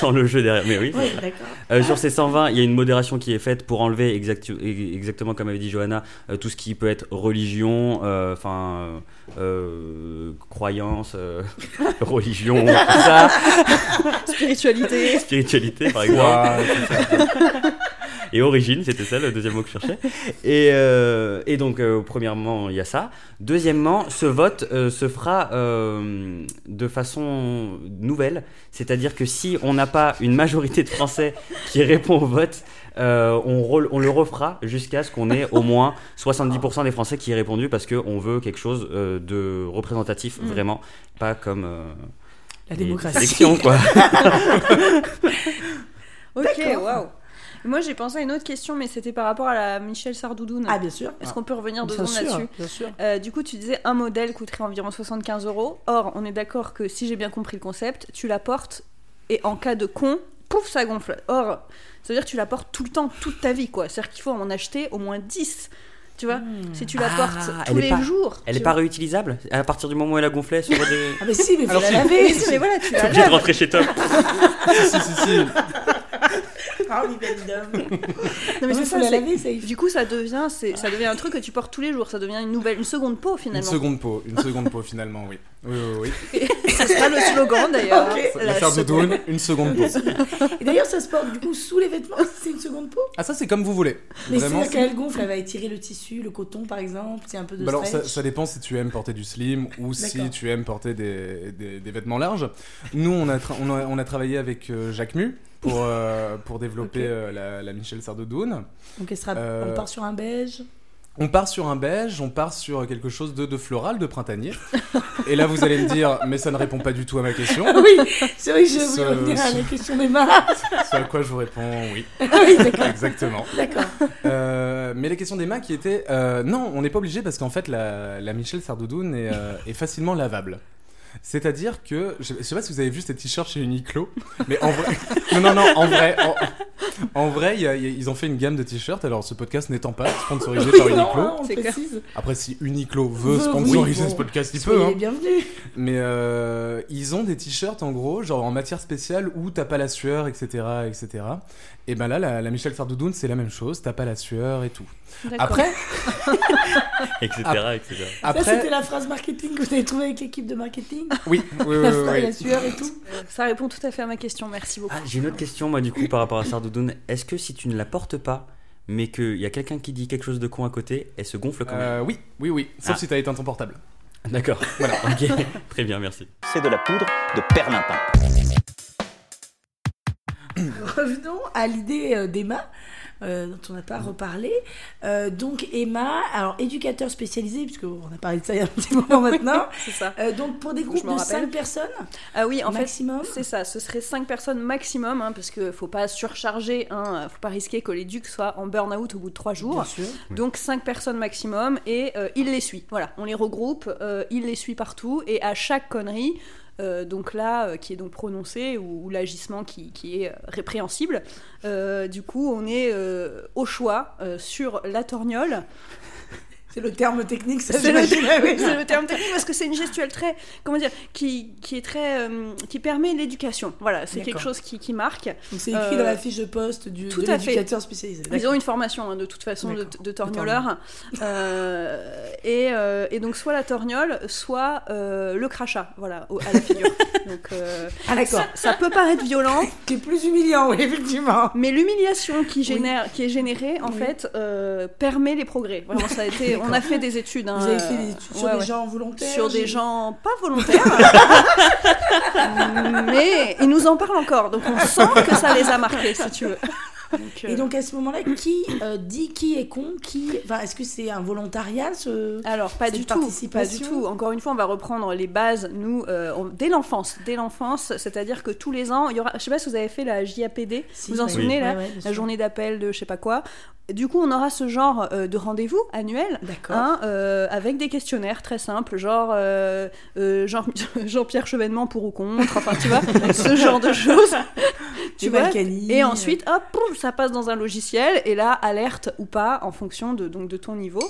[SPEAKER 5] sans le jeu derrière. Mais oui.
[SPEAKER 4] Oui, d'accord.
[SPEAKER 5] Euh, sur ces 120, il y a une modération qui est faite pour enlever exactu- exactement comme avait dit Johanna euh, tout ce qui peut être religion, euh, enfin euh, euh, croyance, euh, <laughs> religion, tout ça,
[SPEAKER 7] Spiritualité.
[SPEAKER 5] spiritualité par exemple. Et origine, c'était ça le deuxième mot que je cherchais. <laughs> Et, euh, et donc, euh, premièrement, il y a ça. Deuxièmement, ce vote euh, se fera euh, de façon nouvelle. C'est-à-dire que si on n'a pas une majorité de Français qui répond au vote, euh, on, rel- on le refera jusqu'à ce qu'on ait au moins 70% des Français qui aient répondu parce qu'on veut quelque chose euh, de représentatif,
[SPEAKER 7] Mm.
[SPEAKER 5] vraiment, pas comme euh,
[SPEAKER 4] La
[SPEAKER 5] les
[SPEAKER 4] démocratie.
[SPEAKER 5] élections,
[SPEAKER 4] <laughs>
[SPEAKER 5] quoi.
[SPEAKER 7] Ok,
[SPEAKER 4] D'accord.
[SPEAKER 7] waouh. Moi j'ai pensé à une autre question, mais c'était par rapport à la Michel Sardoudoune.
[SPEAKER 4] Ah, bien sûr.
[SPEAKER 7] Est-ce qu'on peut revenir deux
[SPEAKER 4] Bien
[SPEAKER 7] secondes
[SPEAKER 4] sûr,
[SPEAKER 7] là-dessus
[SPEAKER 4] bien sûr.
[SPEAKER 7] Euh, du coup, tu disais un modèle coûterait environ 75 euros. Or, on est d'accord que si j'ai bien compris le concept, tu la portes et en cas de con, pouf, ça gonfle. Or, ça veut dire que tu la portes tout le temps, toute ta vie, quoi. C'est-à-dire qu'il faut en acheter au moins 10. Tu vois Si tu la
[SPEAKER 5] Ah,
[SPEAKER 7] portes tous
[SPEAKER 5] elle est
[SPEAKER 7] les
[SPEAKER 5] pas-
[SPEAKER 7] jours.
[SPEAKER 5] Elle
[SPEAKER 7] tu
[SPEAKER 5] n'est pas
[SPEAKER 7] vois.
[SPEAKER 5] réutilisable à partir du moment où elle a gonflé sur des.
[SPEAKER 4] Ah, mais si, mais vous
[SPEAKER 6] Alors,
[SPEAKER 4] la
[SPEAKER 6] si-
[SPEAKER 4] lavez.
[SPEAKER 7] Mais voilà,
[SPEAKER 4] <laughs>
[SPEAKER 7] tu la
[SPEAKER 5] J'ai de
[SPEAKER 7] laves.
[SPEAKER 5] rentrer chez Tom.
[SPEAKER 6] si, si, si, si.
[SPEAKER 4] Ah, oui, belle dame.
[SPEAKER 7] Non, mais
[SPEAKER 4] Mais
[SPEAKER 7] c'est
[SPEAKER 4] il faut
[SPEAKER 7] ça,
[SPEAKER 4] la
[SPEAKER 7] c'est-
[SPEAKER 4] laver, ça y
[SPEAKER 7] Du coup, ça devient, c'est- ça devient un truc que tu portes tous les jours. Ça devient une nouvelle, une seconde peau
[SPEAKER 6] Une
[SPEAKER 7] finalement.
[SPEAKER 6] seconde peau, une seconde peau finalement, oui. Oui, oui,
[SPEAKER 7] Ce sera le slogan d'ailleurs.
[SPEAKER 4] Ok.
[SPEAKER 6] oui.
[SPEAKER 7] La
[SPEAKER 6] La
[SPEAKER 7] seconde-
[SPEAKER 6] doudoune, une seconde peau.
[SPEAKER 4] Et d'ailleurs, ça se porte du coup sous les vêtements, c'est une seconde peau.
[SPEAKER 6] Ah, ça, c'est comme vous voulez.
[SPEAKER 4] Mais
[SPEAKER 6] Vraiment,
[SPEAKER 4] c'est-à-dire qu'elle gonfle, elle va étirer le tissu, le coton par exemple, c'est un peu de
[SPEAKER 6] Bah alors, ça,
[SPEAKER 4] stretch.
[SPEAKER 6] ça dépend si tu aimes porter du slim ou si
[SPEAKER 4] D'accord.
[SPEAKER 6] tu aimes porter des, des- des vêtements larges. Nous, on a, tra- on a, on a travaillé avec euh, Jacques Mu pour, euh, pour développer
[SPEAKER 4] Ok.
[SPEAKER 6] euh, la, la Michel Sardodoun.
[SPEAKER 4] Donc elle sera...
[SPEAKER 6] Euh,
[SPEAKER 4] on part sur un beige.
[SPEAKER 6] On part sur un beige, on part sur quelque chose de, de floral, de printanier. Et là, vous allez me dire, mais ça ne répond pas du tout à ma question.
[SPEAKER 4] <laughs> Ah <laughs> oui, c'est vrai que je voulais
[SPEAKER 6] Ce-
[SPEAKER 4] revenir à
[SPEAKER 6] ce-
[SPEAKER 4] la question d'Emma.
[SPEAKER 6] Ce à quoi je vous réponds, oui,
[SPEAKER 4] <laughs> Ah oui, d'accord.
[SPEAKER 6] <laughs> exactement.
[SPEAKER 4] D'accord.
[SPEAKER 6] Euh, mais la question d'Emma qui était euh, non, on n'est pas obligé parce qu'en fait la, la Michel Sardoudoune est, euh, est facilement lavable. C'est-à-dire que je, je sais pas si vous avez vu ces t-shirts chez Uniqlo, mais en vrai, <laughs> non non non, en vrai, en, en vrai, il y a- il y a- ils ont fait une gamme de t-shirts. Alors ce podcast n'étant pas sponsorisé par
[SPEAKER 4] Oui, <laughs> non,
[SPEAKER 6] Uniqlo,
[SPEAKER 4] hein, on
[SPEAKER 7] c'est
[SPEAKER 4] précise.
[SPEAKER 6] après si Uniqlo veut
[SPEAKER 4] Veut,
[SPEAKER 6] sponsoriser
[SPEAKER 4] oui, bon.
[SPEAKER 6] ce podcast, il peut.
[SPEAKER 4] Soyez
[SPEAKER 6] hein.
[SPEAKER 4] les bienvenus.
[SPEAKER 6] Mais euh, ils ont des t-shirts en gros, genre en matière spéciale où t'as pas la sueur, etc., etc. Et ben là, la, la Michel Sardoudoune, c'est la même chose, t'as pas la sueur et tout.
[SPEAKER 7] D'accord.
[SPEAKER 6] Après,
[SPEAKER 5] etc.
[SPEAKER 6] Ah.
[SPEAKER 5] etc.
[SPEAKER 4] Ça, c'était
[SPEAKER 6] après,
[SPEAKER 4] la phrase marketing que vous avez trouvée avec l'équipe de marketing.
[SPEAKER 6] oui, oui, oui,
[SPEAKER 4] <laughs>
[SPEAKER 7] Euh,
[SPEAKER 4] La
[SPEAKER 6] oui,
[SPEAKER 4] phrase,
[SPEAKER 6] oui.
[SPEAKER 4] la sueur et tout.
[SPEAKER 7] ça répond tout à fait à ma question. Merci beaucoup.
[SPEAKER 5] Ah, j'ai une autre question, moi, du coup, par rapport à Sardoudoune. Est-ce que si tu ne la portes pas, mais qu'il y a quelqu'un qui dit quelque chose de con à côté, elle se gonfle quand même
[SPEAKER 6] Euh, oui, oui, oui. Sauf
[SPEAKER 5] Ah.
[SPEAKER 6] si t'as éteint ton portable.
[SPEAKER 5] D'accord, Euh, <laughs> voilà. Ok, très bien, merci.
[SPEAKER 8] C'est de la poudre de perlimpin.
[SPEAKER 4] Revenons à l'idée euh, d'Emma, euh, dont on n'a pas reparlé. Euh, donc Emma, alors éducateur spécialisé, puisque on a parlé de ça il y a un petit
[SPEAKER 7] <laughs>
[SPEAKER 4] moment maintenant.
[SPEAKER 7] C'est ça.
[SPEAKER 4] Euh, donc pour des
[SPEAKER 7] Je
[SPEAKER 4] groupes
[SPEAKER 7] m'en
[SPEAKER 4] de
[SPEAKER 7] rappelle.
[SPEAKER 4] 5 personnes
[SPEAKER 7] Ah oui, en fait,
[SPEAKER 4] maximum.
[SPEAKER 7] C'est ça, ce serait 5 personnes maximum, hein, parce qu'il faut pas surcharger, hein, faut pas risquer que les ducs soient en burn-out au bout de 3 jours.
[SPEAKER 4] Bien sûr.
[SPEAKER 7] Donc 5 personnes maximum, et euh, il les suit. Voilà, on les regroupe, euh, il les suit partout, et à chaque connerie, euh, donc là, euh, qui est donc prononcée, ou, ou l'agissement qui, qui est euh, répréhensible, euh, du coup, on est euh, au choix euh, sur la torgnole.
[SPEAKER 4] C'est le terme technique, ça
[SPEAKER 7] C'est le,
[SPEAKER 4] j'imagine. Ah <laughs> oui.
[SPEAKER 7] c'est le terme technique parce que c'est une gestuelle très, comment dire, qui, qui est très, euh, qui permet l'éducation. Voilà, c'est quelque
[SPEAKER 4] D'accord.
[SPEAKER 7] chose qui, qui marque.
[SPEAKER 4] Donc c'est écrit
[SPEAKER 7] Euh,
[SPEAKER 4] dans la fiche de poste du,
[SPEAKER 7] tout
[SPEAKER 4] de
[SPEAKER 7] à fait.
[SPEAKER 4] l'éducateur spécialisé.
[SPEAKER 7] Ils
[SPEAKER 4] D'accord.
[SPEAKER 7] ont une formation hein, de toute façon de,
[SPEAKER 4] D'accord.
[SPEAKER 7] de torgnoleur. Euh, et, euh, et donc soit la torgnole, soit euh, le crachat, voilà, au- à
[SPEAKER 4] <laughs>
[SPEAKER 7] la figure. donc euh,
[SPEAKER 4] Ah d'accord.
[SPEAKER 7] ça, ça peut paraître violent,
[SPEAKER 4] Qui est plus humiliant, oui, effectivement.
[SPEAKER 7] mais l'humiliation qui génère, qui est générée en fait euh, permet les progrès. Vraiment, ça a été, on a fait des études. hein,
[SPEAKER 4] Vous avez fait des études sur
[SPEAKER 7] ouais,
[SPEAKER 4] des
[SPEAKER 7] ouais.
[SPEAKER 4] gens volontaires
[SPEAKER 7] sur
[SPEAKER 4] j'ai-
[SPEAKER 7] des gens
[SPEAKER 4] <laughs>
[SPEAKER 7] pas volontaires, mais ils nous en parlent encore, donc on sent que ça les a marqués,
[SPEAKER 4] <laughs>
[SPEAKER 7] si tu veux. Donc, euh,
[SPEAKER 4] Et donc à ce moment-là, qui euh, dit qui est con qui... enfin, Est-ce que c'est un volontariat ce...
[SPEAKER 7] alors pas
[SPEAKER 4] c'est
[SPEAKER 7] du
[SPEAKER 4] une
[SPEAKER 7] tout, pas du
[SPEAKER 4] participation
[SPEAKER 7] tout. Encore une fois, on va reprendre les bases. Nous, euh, on- dès l'enfance, dès l'enfance, c'est-à-dire que tous les ans, il y aura. Je sais pas si vous avez fait la JAPD,
[SPEAKER 4] Si,
[SPEAKER 7] vous vous en
[SPEAKER 4] ouais.
[SPEAKER 7] souvenez là,
[SPEAKER 4] Ouais, ouais, bien
[SPEAKER 7] la
[SPEAKER 4] sûr.
[SPEAKER 7] journée d'appel de je sais pas quoi. Du coup, on aura ce genre euh, de rendez-vous annuel
[SPEAKER 4] D'accord.
[SPEAKER 7] hein, euh, avec des questionnaires très simples, genre euh, euh, Jean- <laughs> Jean-Pierre Chevènement pour ou contre, enfin
[SPEAKER 4] <laughs>
[SPEAKER 7] tu vois, ce genre de choses.
[SPEAKER 4] Les
[SPEAKER 7] tu vois.
[SPEAKER 4] Balkany,
[SPEAKER 7] Et
[SPEAKER 4] euh.
[SPEAKER 7] ensuite, hop, pouf, ça passe dans un logiciel, et là, alerte ou pas, en fonction de, donc, de ton niveau.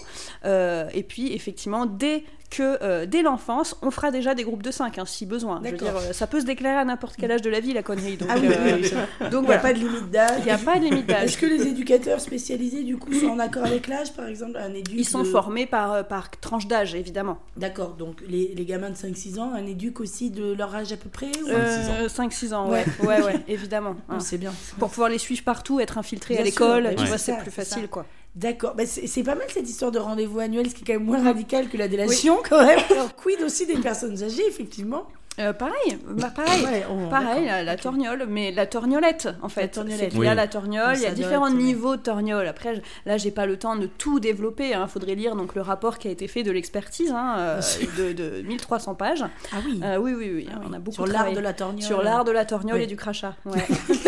[SPEAKER 7] Euh, et puis, effectivement, dès que euh, dès l'enfance, on fera déjà des groupes de 5, si besoin. Je veux
[SPEAKER 4] D'accord.
[SPEAKER 7] dire, euh, ça peut se déclarer à n'importe quel âge de la vie, la connerie. Donc,
[SPEAKER 4] Ah oui,
[SPEAKER 7] euh,
[SPEAKER 4] oui, oui. Il
[SPEAKER 7] donc
[SPEAKER 4] n'y a
[SPEAKER 7] voilà.
[SPEAKER 4] pas de limite d'âge.
[SPEAKER 7] Il n'y a pas de limite d'âge.
[SPEAKER 4] Est-ce que les éducateurs spécialisés, du coup, sont en accord avec l'âge, par exemple un éduc
[SPEAKER 7] Ils sont
[SPEAKER 4] de-
[SPEAKER 7] formés par, euh, par tranche d'âge, évidemment.
[SPEAKER 4] D'accord, donc les, les gamins de 5-6 ans, un éduc aussi de leur âge à peu près ou-
[SPEAKER 7] Euh, 5-6 ans, ouais, ouais, ouais, évidemment. hein.
[SPEAKER 4] Non, C'est bien.
[SPEAKER 7] Pour pouvoir les suivre partout, être infiltré
[SPEAKER 4] Bien
[SPEAKER 7] à
[SPEAKER 4] sûr,
[SPEAKER 7] l'école,
[SPEAKER 4] ouais,
[SPEAKER 7] tu
[SPEAKER 4] ouais.
[SPEAKER 7] vois,
[SPEAKER 4] c'est
[SPEAKER 7] c'est
[SPEAKER 4] ça,
[SPEAKER 7] plus
[SPEAKER 4] c'est ça.
[SPEAKER 7] facile, quoi.
[SPEAKER 4] D'accord, Bah, c'est c'est pas mal cette histoire de rendez-vous annuel, ce qui est quand même moins radical que la délation
[SPEAKER 7] <laughs>
[SPEAKER 4] quand même. Alors, quid aussi des personnes âgées, effectivement
[SPEAKER 7] Euh, pareil, bah, pareil.
[SPEAKER 4] Ouais, on- d'accord.
[SPEAKER 7] Pareil, la, la torgnole, mais la torgnolette en fait.
[SPEAKER 4] torgnolette,
[SPEAKER 7] C'est qu'il
[SPEAKER 5] oui.
[SPEAKER 7] y a la torgnole,
[SPEAKER 4] Mais
[SPEAKER 7] il y a
[SPEAKER 4] ça doit
[SPEAKER 7] différents
[SPEAKER 4] être, ouais.
[SPEAKER 7] niveaux de torgnole. Après, je- là, j'ai pas le temps de tout développer. Il faudrait lire donc le rapport qui a été fait de l'expertise, hein, euh, de, de 1300 pages.
[SPEAKER 4] Ah oui,
[SPEAKER 7] Euh, oui, oui, oui, on a beaucoup
[SPEAKER 4] sur l'art
[SPEAKER 7] travaillé.
[SPEAKER 4] de la torgnole.
[SPEAKER 7] Sur l'art de la torgnole
[SPEAKER 4] Ouais.
[SPEAKER 7] et du crachat.
[SPEAKER 4] <laughs>
[SPEAKER 7] Ouais.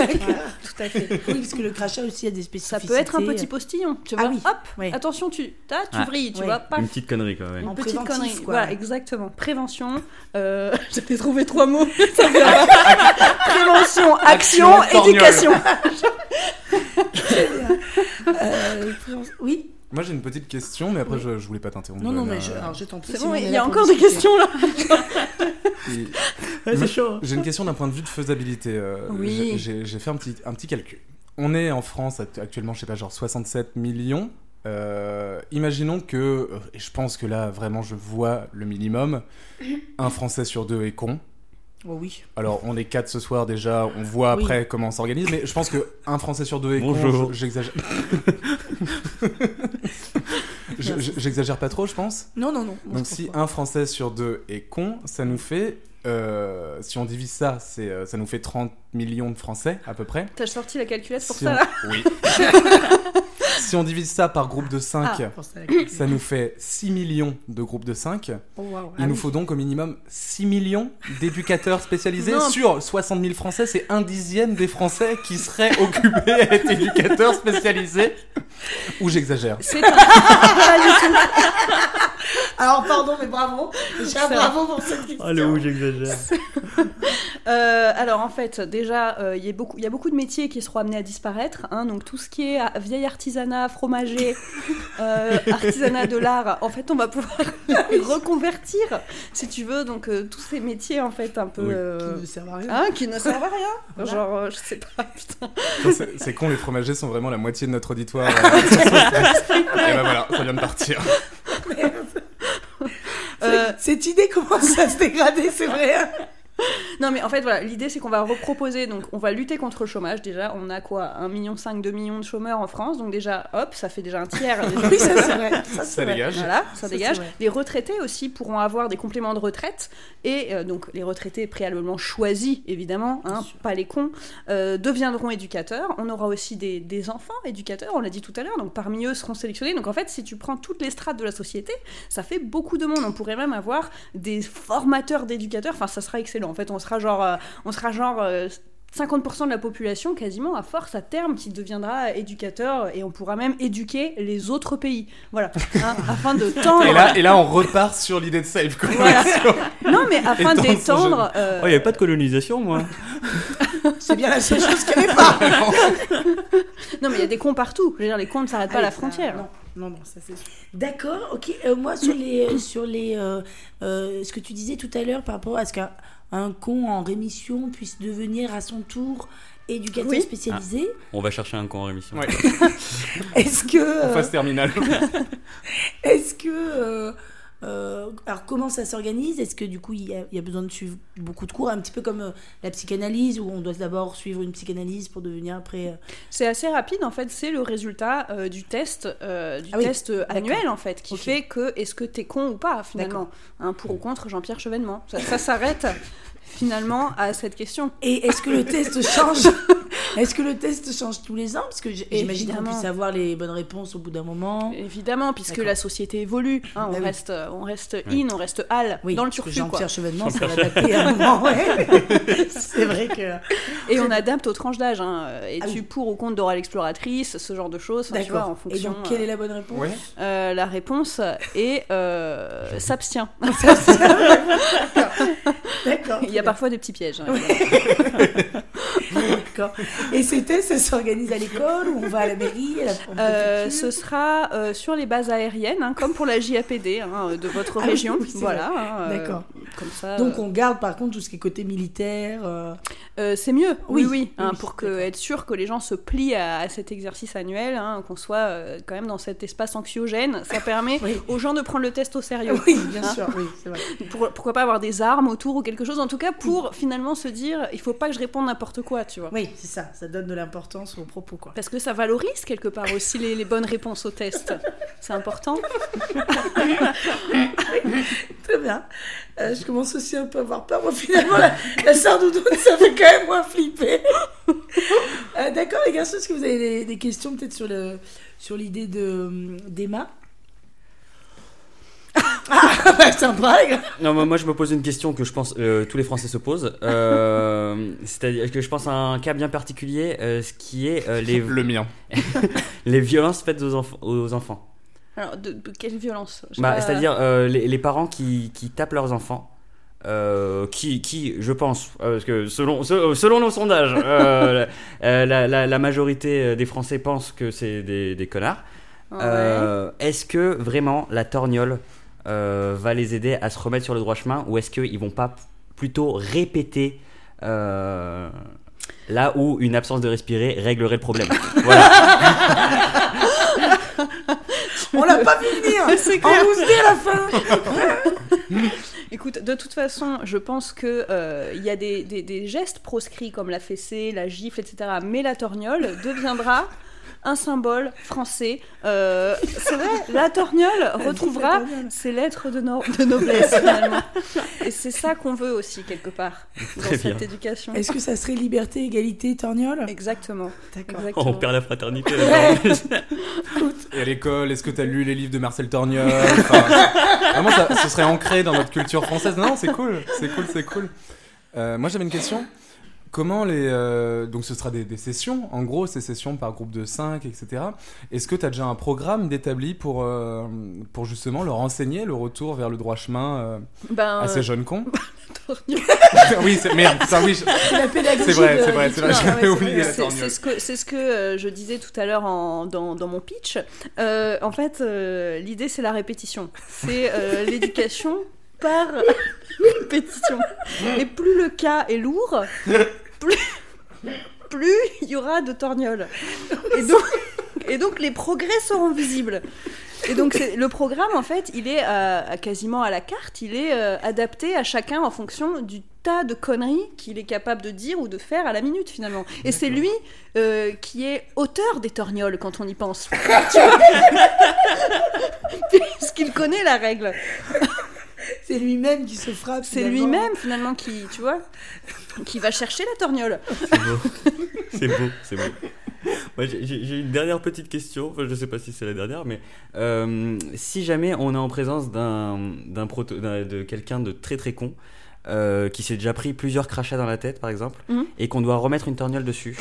[SPEAKER 4] tout à fait. <laughs> Oui, parce que le crachat aussi a des
[SPEAKER 7] Ça
[SPEAKER 4] spécificités.
[SPEAKER 7] peut être un petit postillon, tu
[SPEAKER 4] Ah
[SPEAKER 7] vois.
[SPEAKER 4] oui,
[SPEAKER 7] Hop,
[SPEAKER 4] ouais.
[SPEAKER 7] attention, tu, t'as- tu
[SPEAKER 5] Ouais.
[SPEAKER 7] vrilles, tu
[SPEAKER 4] Ouais.
[SPEAKER 7] vois. Paf,
[SPEAKER 5] Une petite connerie quand même.
[SPEAKER 7] Une
[SPEAKER 4] En
[SPEAKER 7] petite
[SPEAKER 4] préventif,
[SPEAKER 7] connerie.
[SPEAKER 4] quoi.
[SPEAKER 7] Voilà, exactement. Prévention.
[SPEAKER 4] <laughs>
[SPEAKER 7] Euh, J'avais trouvé trois mots. Ça me- Prévention, action,
[SPEAKER 6] Action, torgnole.
[SPEAKER 4] <laughs>
[SPEAKER 7] éducation.
[SPEAKER 4] Euh, oui
[SPEAKER 6] Moi j'ai une petite question, mais après je, je voulais pas t'interrompre. euh,
[SPEAKER 4] Non, non,
[SPEAKER 6] Anna.
[SPEAKER 4] mais je, alors, je t'en prie.
[SPEAKER 7] C'est
[SPEAKER 4] si
[SPEAKER 7] bon,
[SPEAKER 4] on est
[SPEAKER 7] il y
[SPEAKER 4] là
[SPEAKER 7] a
[SPEAKER 4] pour
[SPEAKER 7] encore des
[SPEAKER 4] discuter.
[SPEAKER 7] questions là.
[SPEAKER 6] Et-
[SPEAKER 4] c'est chaud, hein.
[SPEAKER 6] J'ai une question d'un point de vue de faisabilité. euh,
[SPEAKER 7] Oui.
[SPEAKER 6] j'ai- J'ai j'ai fait un petit, un petit calcul. On est en France act- actuellement, je sais pas, genre 67 millions. Euh, imaginons que, euh, et je pense que là vraiment je vois le minimum, un Français sur deux est con.
[SPEAKER 4] Oh oui.
[SPEAKER 6] Alors on est quatre ce soir déjà, on voit
[SPEAKER 4] Oui.
[SPEAKER 6] après comment on s'organise, mais je pense que un Français sur deux est con.
[SPEAKER 5] Bonjour.
[SPEAKER 6] je- J'exagère. <laughs> Je- je- J'exagère pas trop, je pense.
[SPEAKER 4] Non, non, non. moi,
[SPEAKER 6] Donc
[SPEAKER 4] je
[SPEAKER 6] si
[SPEAKER 4] pense pas.
[SPEAKER 6] un Français sur deux est con, ça nous fait, euh, si on divise ça, c'est, euh, ça nous fait 30 millions de Français à peu près.
[SPEAKER 7] T'as sorti la calculette pour
[SPEAKER 6] si
[SPEAKER 7] ça
[SPEAKER 6] on... <laughs>
[SPEAKER 7] là
[SPEAKER 6] Oui. si on divise ça par groupe de 5,
[SPEAKER 4] Ah, pour ça, d'accord.
[SPEAKER 6] ça nous fait 6 millions de groupes de 5.
[SPEAKER 4] Oh, waouh.
[SPEAKER 6] Il
[SPEAKER 4] Ah
[SPEAKER 6] nous
[SPEAKER 4] oui.
[SPEAKER 6] faut donc au minimum 6 millions d'éducateurs spécialisés
[SPEAKER 7] Non.
[SPEAKER 6] sur 60 000 Français. C'est un dixième des Français qui seraient occupés à être éducateurs spécialisés. Ou j'exagère.
[SPEAKER 7] C'est un...
[SPEAKER 4] Alors pardon, mais
[SPEAKER 7] <laughs>
[SPEAKER 4] bravo. J'ai un
[SPEAKER 7] C'est
[SPEAKER 4] bravo pour cette question.
[SPEAKER 5] j'exagère.
[SPEAKER 7] Euh, alors en fait, déjà, euh, il y, a beaucoup- il y a beaucoup de métiers qui seront amenés à disparaître. hein. donc tout ce qui est ah, vieil
[SPEAKER 4] <laughs>
[SPEAKER 7] artisanat, fromager, euh, artisanat de l'art, en fait, on va pouvoir reconvertir, si tu veux, donc euh, tous ces métiers en fait un peu.
[SPEAKER 5] Oui.
[SPEAKER 7] euh,
[SPEAKER 4] Qui ne sert à rien.
[SPEAKER 7] hein, qui ne servent à rien. Genre, euh, je sais pas, putain.
[SPEAKER 6] Putain, C'est c'est con, les fromagers sont vraiment la moitié de notre auditoire. euh, <laughs> sur ce podcast. Et ben voilà, ça vient de partir.
[SPEAKER 7] Euh,
[SPEAKER 4] Cette idée commence à se dégrader, c'est vrai. hein.
[SPEAKER 7] Non, mais en fait, voilà, l'idée c'est qu'on va reproposer, donc on va lutter contre le chômage. Déjà, on a quoi 1,5 million, 2 millions de chômeurs en France, donc déjà, hop, ça fait déjà
[SPEAKER 4] <laughs>
[SPEAKER 7] un tiers. des-
[SPEAKER 4] Oui, ça c'est vrai. Ça, c'est
[SPEAKER 6] Ça
[SPEAKER 4] vrai.
[SPEAKER 6] dégage.
[SPEAKER 7] Voilà,
[SPEAKER 4] Ça,
[SPEAKER 7] ça dégage.
[SPEAKER 4] c'est vrai.
[SPEAKER 7] Les retraités aussi pourront avoir des compléments de retraite et euh, donc les retraités préalablement choisis, évidemment, hein, pas les cons, euh, deviendront éducateurs. On aura aussi des, des enfants éducateurs, on l'a dit tout à l'heure, donc parmi eux seront sélectionnés. Donc en fait, si tu prends toutes les strates de la société, ça fait beaucoup de monde. On pourrait même avoir des formateurs d'éducateurs. Enfin, ça sera excellent. En fait, on sera genre, euh, on sera genre. euh, 50% de la population quasiment à force à terme qui deviendra éducateur et on pourra même éduquer les autres pays. Voilà, Hein, afin de tendre.
[SPEAKER 6] Et là, et là, on repart sur l'idée de Safe Conversion.
[SPEAKER 7] Non mais afin
[SPEAKER 6] Et tendre son
[SPEAKER 7] d'étendre. euh,
[SPEAKER 5] Oh, il n'y avait pas de colonisation, moi.
[SPEAKER 4] C'est bien la seule chose qu'elle n'est pas.
[SPEAKER 7] Non mais il y a des cons partout. Je veux dire, les cons ne s'arrêtent pas à la frontière.
[SPEAKER 4] Ah, Non. Non, bon, ça c'est sûr. D'accord, ok. Euh, moi, sur les, sur les, euh, euh, ce que tu disais tout à l'heure par rapport à ce qu'un un con en rémission puisse devenir à son tour éducateur
[SPEAKER 7] Oui.
[SPEAKER 4] spécialisé,
[SPEAKER 5] On va chercher un con en rémission.
[SPEAKER 6] Ouais.
[SPEAKER 4] est-ce que,
[SPEAKER 6] En
[SPEAKER 4] euh,
[SPEAKER 6] phase terminale.
[SPEAKER 4] est-ce que, euh, euh, alors comment ça s'organise Est-ce que du coup, il y, a, il y a besoin de suivre beaucoup de cours, un petit peu comme euh, la psychanalyse où on doit d'abord suivre une psychanalyse pour devenir après. euh,
[SPEAKER 7] C'est assez rapide en fait, c'est le résultat euh, du test, euh, du
[SPEAKER 4] Ah oui,
[SPEAKER 7] test euh,
[SPEAKER 4] d'accord.
[SPEAKER 7] annuel en fait, qui
[SPEAKER 4] Ok.
[SPEAKER 7] fait que est-ce que t'es con ou pas finalement, Hein, pour ou contre Jean-Pierre Chevènement. Ça, ça s'arrête finalement à cette question.
[SPEAKER 4] Et est-ce que le test
[SPEAKER 7] <laughs>
[SPEAKER 4] change Est-ce que le test change tous les ans Parce que j- j'imagine qu'on
[SPEAKER 7] Évidemment.
[SPEAKER 4] puisse avoir les bonnes réponses au bout d'un moment.
[SPEAKER 7] Évidemment, puisque
[SPEAKER 4] D'accord.
[SPEAKER 7] la société évolue, hein, on,
[SPEAKER 4] Bah oui.
[SPEAKER 7] reste, on reste in, on reste al,
[SPEAKER 4] Oui,
[SPEAKER 7] dans le
[SPEAKER 4] parce que
[SPEAKER 7] turfu quoi.
[SPEAKER 4] Jean-Pierre Chevènement, ça va dater à un moment,
[SPEAKER 7] <laughs>
[SPEAKER 4] ouais. C'est vrai que.
[SPEAKER 7] Et on adapte aux tranches d'âge. Hein.
[SPEAKER 4] Ah
[SPEAKER 7] Es-tu
[SPEAKER 4] oui.
[SPEAKER 7] pour ou contre Dora l'exploratrice, ce genre de choses, enfin, tu vois, en
[SPEAKER 4] D'accord. Et
[SPEAKER 7] fonction.
[SPEAKER 4] donc, quelle est la bonne réponse
[SPEAKER 6] Ouais.
[SPEAKER 7] euh, la réponse est
[SPEAKER 4] <laughs>
[SPEAKER 7] euh, s'abstient.
[SPEAKER 4] D'accord.
[SPEAKER 7] Il y a parfois des petits pièges. hein,
[SPEAKER 4] <laughs> D'accord. Et ces tests, ça s'organise à l'école ou on va à la mairie à la- en
[SPEAKER 7] Euh, ce
[SPEAKER 4] préfecture
[SPEAKER 7] sera euh, sur les bases aériennes, hein, comme pour la JAPD hein, de votre
[SPEAKER 4] Ah oui,
[SPEAKER 7] région.
[SPEAKER 4] oui, c'est
[SPEAKER 7] voilà. hein, euh,
[SPEAKER 4] D'accord.
[SPEAKER 7] comme ça.
[SPEAKER 4] Donc,
[SPEAKER 7] euh,
[SPEAKER 4] on garde par contre tout ce qui est côté militaire. euh,
[SPEAKER 7] euh, c'est mieux.
[SPEAKER 4] Oui,
[SPEAKER 7] Oui, oui.
[SPEAKER 4] oui,
[SPEAKER 7] hein,
[SPEAKER 4] oui,
[SPEAKER 7] pour que,
[SPEAKER 4] d'accord.
[SPEAKER 7] être sûr que les gens se plient à, à cet exercice annuel, hein, qu'on soit euh, quand même dans cet espace anxiogène. Ça permet
[SPEAKER 4] Oui.
[SPEAKER 7] aux gens de prendre le test au sérieux.
[SPEAKER 4] <laughs> Oui, bien
[SPEAKER 7] Hein,
[SPEAKER 4] sûr, oui, c'est vrai.
[SPEAKER 7] pour- pourquoi pas avoir des armes autour ou quelque chose. En tout cas, pour finalement se dire, il faut pas que je réponde n'importe quoi, tu vois.
[SPEAKER 4] Oui, c'est ça, ça donne de l'importance aux propos, quoi.
[SPEAKER 7] Parce que ça valorise quelque part aussi les, les bonnes réponses au test. C'est important.
[SPEAKER 4] Très bien. Euh, je commence aussi un peu à avoir peur. Moi, finalement, la, la sardoudoune, ça fait quand même moins
[SPEAKER 7] <laughs>
[SPEAKER 4] flipper. Euh, D'accord, les garçons, est-ce que vous avez des, des questions peut-être sur le sur l'idée de hum, d'Emma Ah, bah, sympa, les gars.
[SPEAKER 5] Non, moi, moi, je me pose une question que je pense euh, tous les Français se posent. Euh, <laughs> C'est-à-dire que je pense à un cas bien particulier, euh, ce qui est euh, <laughs> les,
[SPEAKER 6] Le mien.
[SPEAKER 5] les violences faites aux, enf- aux enfants.
[SPEAKER 7] Alors, de, de quelle violence Je sais
[SPEAKER 5] Bah,
[SPEAKER 7] pas.
[SPEAKER 5] C'est-à-dire euh, les, les parents qui, qui tapent leurs enfants. euh, qui, qui, je pense, euh, parce que selon, se- selon nos sondages, euh, la, la- la- la majorité euh, des Français pensent que c'est des, des connards.
[SPEAKER 7] Ah Ouais.
[SPEAKER 5] Euh, est-ce que vraiment la torgnole euh, va les aider à se remettre sur le droit chemin ou est-ce qu'ils vont pas p- plutôt répéter euh, là où une absence de respirer réglerait le problème Voilà.
[SPEAKER 4] On l'a pas vu venir.
[SPEAKER 7] <laughs> C'est
[SPEAKER 4] On
[SPEAKER 7] clair.
[SPEAKER 4] nous dit à la fin.
[SPEAKER 7] <laughs> Écoute, de toute façon, je pense que euh, il y a des, des- des gestes proscrits comme la fessée, la gifle, etc. Mais la torgnole deviendra un symbole français. Euh, c'est vrai,
[SPEAKER 4] <laughs>
[SPEAKER 7] la torgnole retrouvera ses lettres de, no- de noblesse finalement. Et c'est ça qu'on veut aussi quelque part dans
[SPEAKER 5] Très bien.
[SPEAKER 7] cette éducation.
[SPEAKER 4] Est-ce que ça serait liberté, égalité, torgnole
[SPEAKER 7] Exactement.
[SPEAKER 4] D'accord.
[SPEAKER 5] On
[SPEAKER 7] Exactement.
[SPEAKER 5] perd la <laughs> fraternité. là.
[SPEAKER 6] Et à l'école, est-ce que t'as lu les livres de Marcel Torgnol Enfin, Vraiment, ça, ce serait ancré dans notre culture française. Non, c'est cool, c'est cool, c'est cool. Euh, moi, j'avais une question. Comment les. euh, donc, ce sera des, des sessions, en gros, ces sessions par groupe de 5, etc. Est-ce que tu as déjà un programme d'établi pour, euh, pour justement leur enseigner le retour vers le droit chemin euh,
[SPEAKER 7] Ben,
[SPEAKER 6] à
[SPEAKER 7] euh,
[SPEAKER 6] ces jeunes cons
[SPEAKER 7] <laughs> torgnole.
[SPEAKER 6] Oui, c'est merde, ça oui. je-
[SPEAKER 4] La pédagogie.
[SPEAKER 6] C'est vrai,
[SPEAKER 4] de-
[SPEAKER 6] c'est vrai, c'est vrai,
[SPEAKER 7] Non, ouais,
[SPEAKER 6] <laughs> j'avais
[SPEAKER 7] c'est
[SPEAKER 6] oublié
[SPEAKER 7] vrai,
[SPEAKER 6] la
[SPEAKER 7] c'est-
[SPEAKER 6] torgnole.
[SPEAKER 7] C'est ce que, c'est ce que euh, je disais tout à l'heure en- dans, dans mon pitch. Euh, en fait, euh, l'idée, c'est la répétition. C'est
[SPEAKER 4] <laughs>
[SPEAKER 7] euh, l'éducation par répétition. Et plus le cas est lourd, plus plus il y aura de torgnoles. Et donc, et donc les progrès seront visibles. Et donc c'est- le programme, en fait, il est euh, quasiment à la carte, il est euh, adapté à chacun en fonction du tas de conneries qu'il est capable de dire ou de faire à la minute finalement. Et c'est lui euh, qui est auteur des torgnoles quand on y pense. Tu vois Puisqu'il connaît la règle.
[SPEAKER 4] C'est lui-même qui se frappe.
[SPEAKER 7] C'est
[SPEAKER 4] finalement.
[SPEAKER 7] lui-même finalement qui, tu vois, qui va chercher la torgnole.
[SPEAKER 5] C'est beau. <laughs> C'est beau, c'est beau. Moi, j'ai- j'ai j'ai une dernière petite question. Enfin, je sais pas si c'est la dernière, mais euh, si jamais on est en présence d'un d'un proto- d'un- de quelqu'un de très très con euh, qui s'est déjà pris plusieurs crachats dans la tête, par exemple,
[SPEAKER 7] Mhm.
[SPEAKER 5] et qu'on doit remettre une torgnole dessus,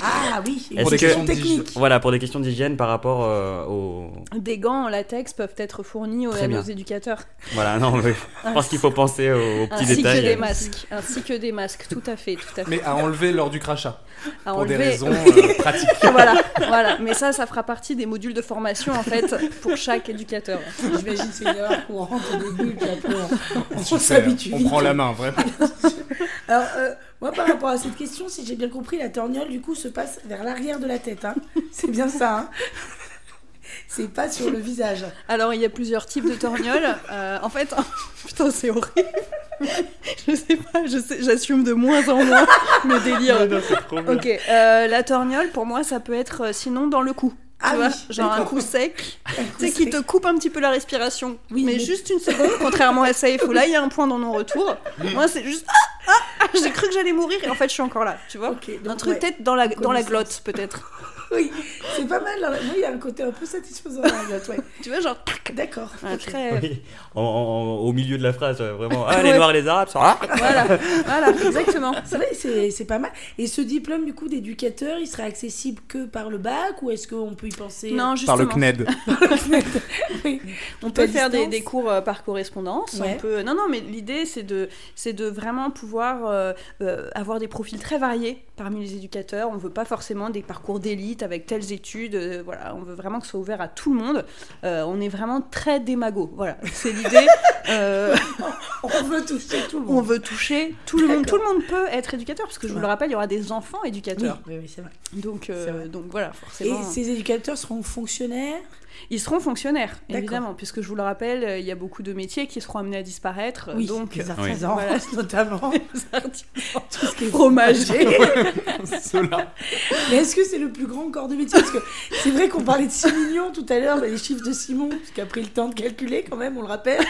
[SPEAKER 4] Ah oui, une
[SPEAKER 5] Est-ce
[SPEAKER 4] question
[SPEAKER 6] que-
[SPEAKER 4] technique.
[SPEAKER 5] Voilà, pour des questions d'hygiène par rapport euh, au.
[SPEAKER 7] Des gants en latex peuvent être fournis aux,
[SPEAKER 5] Très
[SPEAKER 7] à
[SPEAKER 5] bien.
[SPEAKER 7] nos éducateurs,
[SPEAKER 5] Voilà, non, mais je pense qu'il faut penser aux, aux petits
[SPEAKER 7] ainsi que Ah, des
[SPEAKER 5] détails.
[SPEAKER 7] masques, ainsi que des masques, tout à fait, tout à fait.
[SPEAKER 6] Mais à enlever lors du crachat.
[SPEAKER 7] À
[SPEAKER 6] Pour des
[SPEAKER 7] enlever-
[SPEAKER 6] raisons
[SPEAKER 7] <laughs>
[SPEAKER 6] euh, pratiques.
[SPEAKER 7] voilà, voilà. Mais ça, ça fera partie des modules de formation en fait pour chaque éducateur.
[SPEAKER 4] J'imagine c'est une erreur courante au début, puis après on-
[SPEAKER 6] <laughs>
[SPEAKER 4] on,
[SPEAKER 6] Super,
[SPEAKER 4] s'habitue.
[SPEAKER 6] hein. on
[SPEAKER 4] vite.
[SPEAKER 6] prend la main, vraiment.
[SPEAKER 4] Alors, euh, moi par rapport à cette question, si j'ai bien compris, la torgnole du coup se passe vers l'arrière de la tête. hein. C'est bien ça. Hein c'est pas sur le visage.
[SPEAKER 7] Alors, il y a plusieurs types de torgnoles. Euh, en fait, <laughs> putain, c'est horrible. Je sais pas, je sais- j'assume de moins en moins mes délires. ok, euh, la torgnole, pour moi, ça peut être euh, sinon dans le cou.
[SPEAKER 4] Ah
[SPEAKER 7] tu vois,
[SPEAKER 4] oui,
[SPEAKER 7] genre un
[SPEAKER 4] d'accord.
[SPEAKER 7] coup sec,
[SPEAKER 4] Un coup
[SPEAKER 7] tu sais, qui
[SPEAKER 4] sec.
[SPEAKER 7] te coupe un petit peu la respiration.
[SPEAKER 4] Oui,
[SPEAKER 7] mais,
[SPEAKER 4] mais-
[SPEAKER 7] juste une seconde, contrairement à Safe, où là, il y a un point dans non retour. Moi, c'est juste. Ah, ah, ah, J'ai cru que j'allais mourir et en fait, je suis encore là, tu vois.
[SPEAKER 4] Ok, donc,
[SPEAKER 7] un truc
[SPEAKER 4] ouais.
[SPEAKER 7] peut-être dans la, dans la
[SPEAKER 4] Connaissance.
[SPEAKER 7] glotte, peut-être.
[SPEAKER 4] Oui, c'est pas mal. dans la- Oui, il y a un côté un peu satisfaisant dans la glotte, ouais.
[SPEAKER 7] <laughs> Tu vois, genre. tac,
[SPEAKER 4] D'accord.
[SPEAKER 7] un
[SPEAKER 4] Ah, ok.
[SPEAKER 7] Ah, très-
[SPEAKER 5] Oui, en- en- en- au milieu de la phrase, euh, vraiment. Ah, les
[SPEAKER 7] Ouais.
[SPEAKER 5] noirs, les arabes, ça. ah.
[SPEAKER 7] <laughs> Voilà, voilà, exactement.
[SPEAKER 4] C'est vrai, c'est c'est pas mal. Et ce diplôme du coup d'éducateur, il sera accessible que par le bac ou est-ce qu'on peut y penser
[SPEAKER 7] Non,
[SPEAKER 6] Par
[SPEAKER 7] justement.
[SPEAKER 6] le CNED.
[SPEAKER 4] Oui.
[SPEAKER 7] On peut
[SPEAKER 4] À
[SPEAKER 7] faire des,
[SPEAKER 4] distance.
[SPEAKER 7] des cours euh, par correspondance.
[SPEAKER 4] Ouais.
[SPEAKER 7] On peut... Non, non, mais l'idée, c'est de, c'est de vraiment pouvoir euh, euh, avoir des profils très variés parmi les éducateurs. On ne veut pas forcément des parcours d'élite avec telles études. euh, voilà, on veut vraiment que ce soit ouvert à tout le monde. Euh, on est vraiment très démago. Voilà, c'est l'idée. Euh,
[SPEAKER 4] On veut toucher tout le
[SPEAKER 7] on
[SPEAKER 4] monde.
[SPEAKER 7] veut toucher tout le monde. Tout
[SPEAKER 4] D'accord.
[SPEAKER 7] le monde peut être éducateur, parce que je vous le
[SPEAKER 4] Ouais.
[SPEAKER 7] rappelle, il y aura des enfants
[SPEAKER 4] Oui,
[SPEAKER 7] éducateurs.
[SPEAKER 4] oui, oui, c'est vrai.
[SPEAKER 7] Donc, euh,
[SPEAKER 4] C'est vrai.
[SPEAKER 7] donc voilà,
[SPEAKER 4] Et
[SPEAKER 7] forcément.
[SPEAKER 4] ces éducateurs seront fonctionnaires
[SPEAKER 7] Ils seront fonctionnaires,
[SPEAKER 4] D'accord.
[SPEAKER 7] évidemment, puisque je vous le rappelle, euh, il y a beaucoup de métiers qui seront amenés à disparaître. euh,
[SPEAKER 4] Oui,
[SPEAKER 7] donc, <laughs>
[SPEAKER 4] les artisans
[SPEAKER 7] voilà.
[SPEAKER 4] <laughs> notamment. Tout ce qui est
[SPEAKER 7] Fromager.
[SPEAKER 4] <laughs>
[SPEAKER 6] Ceux-là.
[SPEAKER 4] Mais est-ce que c'est le plus grand corps de métier Parce que c'est vrai qu'on parlait de 6 millions tout à l'heure, mais les chiffres de Simon, parce qu'il a pris le temps de calculer quand même, on le rappelle,